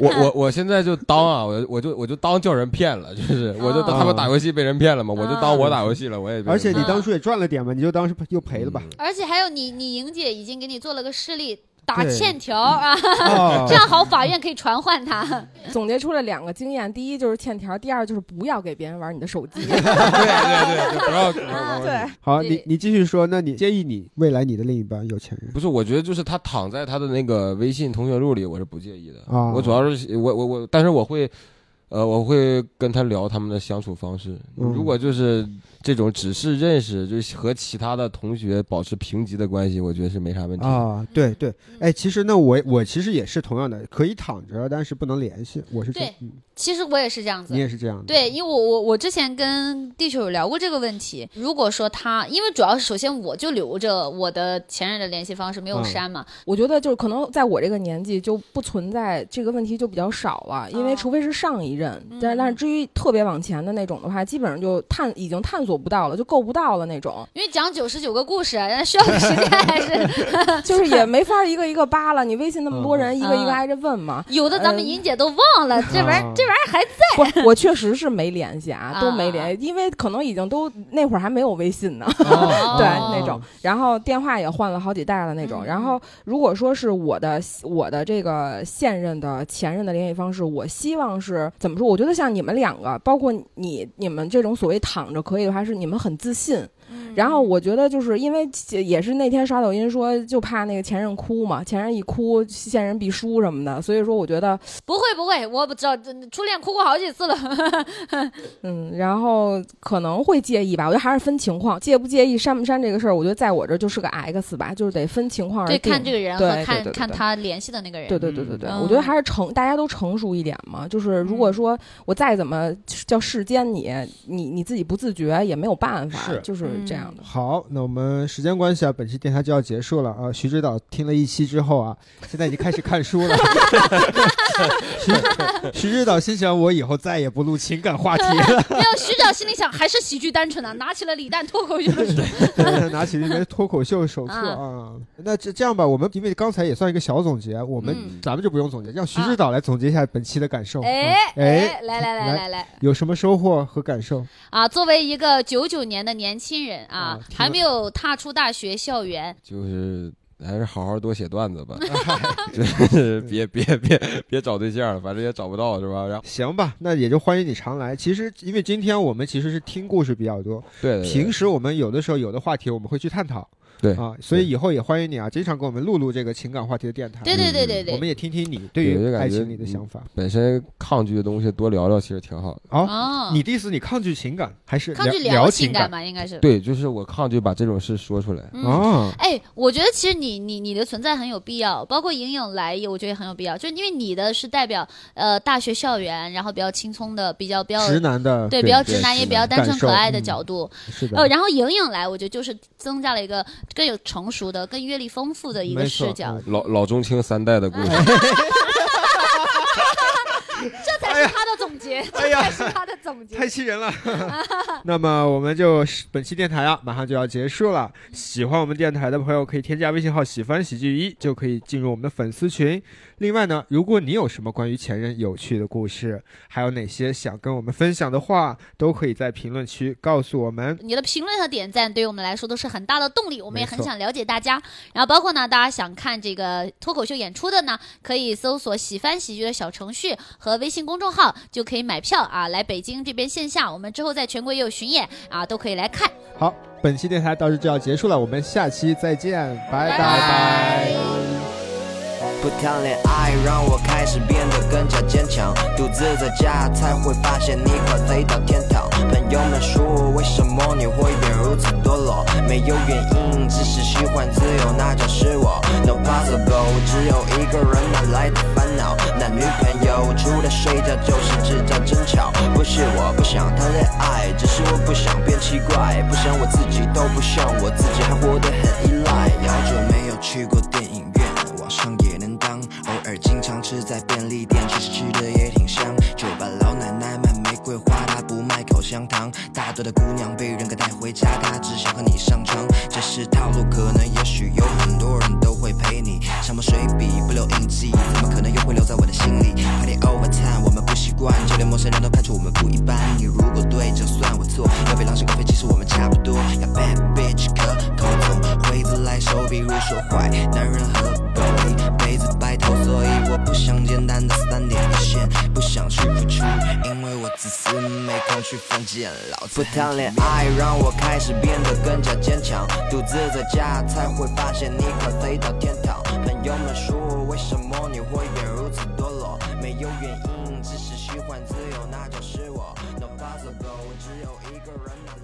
Speaker 3: 我我我现在就当啊，我我就我就当叫人骗了，就是我就当
Speaker 1: 啊
Speaker 3: 他们打游戏被人骗了嘛，我就当我
Speaker 1: 啊
Speaker 3: 打游戏了，我也被人
Speaker 1: 而且你
Speaker 3: 骗了
Speaker 1: 当初也赚了点嘛，你就当是又赔了吧。
Speaker 2: 而且还有你，你莹姐已经给你做了个示例，打
Speaker 1: 对
Speaker 2: 欠条
Speaker 4: 嗯
Speaker 2: 啊，
Speaker 3: 嗯
Speaker 1: 哦
Speaker 2: 这样好，法院可以传唤他。
Speaker 4: 总结出了两个经验，第一就是欠条，第二就是不要给别人玩你的手 机。
Speaker 3: 对对对，就不要呃玩游戏。
Speaker 4: 对，
Speaker 1: 好，你
Speaker 2: 对
Speaker 1: 你继续说，那你介意你未来你的另一半有前任？
Speaker 3: 不是，我觉得就是他躺在他的那个微信同学录里，我是不介意的。
Speaker 1: 啊
Speaker 3: 我主要是我我我，但是我会，呃，我会跟他聊他们的相处方式。
Speaker 1: 嗯
Speaker 3: 如果就是这种只是认识，就是和其他的同学保持平级的关系，我觉得是没啥问题。
Speaker 1: 啊，对对，
Speaker 2: 嗯
Speaker 1: 哎，其实那我我其实也是同样的，可以躺着，但是不能联系。我是这
Speaker 2: 对，
Speaker 1: 嗯
Speaker 2: 其实我也是这样子
Speaker 1: 你，也是这样的。
Speaker 2: 对，因为我我我之前跟地球有聊过这个问题。如果说他，因为主要是首先我就留着我的前任的联系方式没有
Speaker 1: 嗯
Speaker 2: 删嘛，
Speaker 4: 我觉得就是可能在我这个年纪就不存在这个问题就比较少了，因为
Speaker 2: 哦
Speaker 4: 除非是上一任，但是
Speaker 2: 嗯，
Speaker 4: 但是至于特别往前的那种的话，基本上就探已经探索不到了，就够不到了那种
Speaker 2: 因为讲九十九个故事，啊那需要的时间还 是
Speaker 4: 就是也没法一个一个扒了。你微信那么多人，一个一个
Speaker 2: 啊
Speaker 4: 挨着问嘛。
Speaker 2: 有的，咱
Speaker 4: 嗯
Speaker 2: 们莹姐都忘了这玩意
Speaker 1: 啊
Speaker 2: 儿，这玩意儿还
Speaker 4: 不，我确实是没联 系啊，都没
Speaker 2: 啊
Speaker 4: 联系，因为可能已经都那会儿还没有微信呢。
Speaker 1: 哦
Speaker 4: 对
Speaker 2: 哦
Speaker 4: 那种，然后电话也换了好几代了那种。
Speaker 2: 嗯
Speaker 4: 然后如果说是我的我的这个现任的前任的联系方式，我希望是怎么说？我觉得像你们两个，包括你你们这种所谓躺着可以的话，是你们很自信。
Speaker 2: 嗯
Speaker 4: 然后我觉得就是因为也是那天刷抖音说，就怕那个前任哭嘛，前任一哭，现任必输什么的。所以说，我觉得
Speaker 2: 不会不会，我不知道初恋哭过好几次了。
Speaker 4: 嗯，然后可能会介意吧。我觉得还是分情况，介不介意删不删这个事儿，我觉得在我这儿就是个 X 吧，就是得分情况而
Speaker 2: 对，
Speaker 4: 定。
Speaker 2: 看这个人
Speaker 4: 对
Speaker 2: 和
Speaker 4: 对
Speaker 2: 看
Speaker 4: 对对
Speaker 2: 看他联系的那个人。
Speaker 4: 对对对对对，
Speaker 2: 嗯
Speaker 4: 我觉得还是成，大家都成熟一点嘛。就是如果说我再怎么叫世间你，你你自己不自觉也没有办法，
Speaker 1: 是
Speaker 4: 就是这样的。
Speaker 1: 好，那我们时间关系啊，本期电台就要结束了啊。徐指导听了一期之后啊，现在已经开始看书了。 徐徐 指导心想，我以后再也不录情感话题了，
Speaker 2: 没有，徐导心里想还是喜剧单纯啊，拿起了李诞脱口秀的书。
Speaker 1: 拿起那边脱口秀手册啊。那这这样吧，我们因为刚才也算一个小总结，我们、
Speaker 2: 嗯啊
Speaker 1: 咱们就不用总结，让徐指导来总结一下本期的感受。
Speaker 2: 哎
Speaker 1: 嗯哎，
Speaker 2: 哎，来来来来来
Speaker 1: 有什么收获和感受？
Speaker 2: 啊！作为一个九九年的年轻人啊
Speaker 1: 啊，听
Speaker 2: 还
Speaker 1: 了
Speaker 2: 没有踏出大学校园，
Speaker 3: 就是还是好好多写段子吧，就是别别别别找对象了，反正也找不到是吧？然后
Speaker 1: 行吧，那也就欢迎你常来。其实，因为今天我们其实是听故事比较多，
Speaker 3: 对对
Speaker 1: 平时我们有的时候有的话题我们会去探讨，
Speaker 3: 对
Speaker 1: 啊，所以以后也欢迎你啊，经常给我们录录这个情感话题的电台，啊
Speaker 2: 对对对对
Speaker 1: 我们
Speaker 2: 对，
Speaker 1: 也听听你对
Speaker 3: 有一
Speaker 1: 于
Speaker 3: 个
Speaker 1: 爱
Speaker 3: 感觉嗯
Speaker 1: 情你的想法。
Speaker 3: 本身抗拒的东西多聊聊其实挺好的。
Speaker 1: 好、
Speaker 2: 哦
Speaker 1: 你的意思你抗拒情感还是
Speaker 2: 抗拒
Speaker 1: 聊
Speaker 2: 情
Speaker 1: 感？啊
Speaker 2: 嘛，应该是。
Speaker 3: 对，就是我抗拒把这种事说出来。
Speaker 2: 嗯
Speaker 1: 哦，
Speaker 2: 哎，我觉得其实你你你的存在很有必要，包括莹莹来也，我觉得也很有必要，就是因为你的是代表呃大学校园，然后比较轻松的，比较比较
Speaker 1: 直男的
Speaker 2: 对
Speaker 3: 对
Speaker 2: 比较
Speaker 3: 对
Speaker 2: 直男也
Speaker 3: 直
Speaker 2: 比较
Speaker 1: 男
Speaker 2: 单纯
Speaker 1: 感受
Speaker 2: 可爱的
Speaker 1: 嗯
Speaker 2: 角度。
Speaker 1: 是的，
Speaker 2: 呃，然后莹莹来，我觉得就是增加了一个更有成熟的、更阅历丰富的一个
Speaker 1: 没错
Speaker 2: 视角，
Speaker 1: 嗯
Speaker 3: 老老中青三代的故事，
Speaker 2: 这才是他的总结，
Speaker 1: 哎呀
Speaker 2: 这才是他的总结。
Speaker 1: 太气 人了。 那么我们就是本期电台啊，马上就要结束了。喜欢我们电台的朋友可以添加微信号“喜欢喜剧一”，就可以进入我们的粉丝群。另外呢，如果你有什么关于前任有趣的故事，还有哪些想跟我们分享的话，都可以在评论区告诉我们。
Speaker 2: 你的评论和点赞对于我们来说都是很大的动力，我们也
Speaker 1: 没
Speaker 2: 很
Speaker 1: 错
Speaker 2: 想了解大家。然后包括呢，大家想看这个脱口秀演出的呢，可以搜索“喜翻喜剧”的小程序和微信公众号，就可以买票啊。来北京这边线下，我们之后在全国也有巡演啊，都可以来看。
Speaker 1: 好，本期电台到这就要结束了，我们下期再见，拜
Speaker 2: 拜
Speaker 1: 拜
Speaker 5: 不谈恋爱让我开始变得更加坚强，独自在家才会发现你快飞到天堂。朋友们说为什么你会变如此堕落？没有原因，只是喜欢自由，那就是我。No possible，只有一个人哪来的烦恼？男女朋友除了睡觉就是制造争吵。不是我不想谈恋爱，只是我不想变奇怪，不想我自己都不像我自己，还活得很依赖。好久没有去过电影院。网上也能当，偶尔经常吃在便利店，其实吃的也挺香。酒吧老奶奶卖玫瑰花，她不卖口香糖。大多的姑娘被人给带回家，她只想和你上床。这是套路，可能也许有很多人都会陪你。山盟水笔不留印记，怎么可能又会留在我的心里？Party over time，我们不习惯，就连陌生人都看出我们不一般。你如果对，就算我错。要被狼心狗肺，其实我们差不多。要 bad bitch 可口头，挥自来手，比如说坏男人和 boy，杯子白头，所以我不想简单的三点一线，不想去付出，因为我自私，没空去犯贱。老子不谈恋啊爱让我开始变得更加坚强，独自在家才会发现你快飞到天堂。朋友们说为什么你会变如此堕落？没有原因，只是喜欢自由，那就是我。No possible，只有一个人。哪来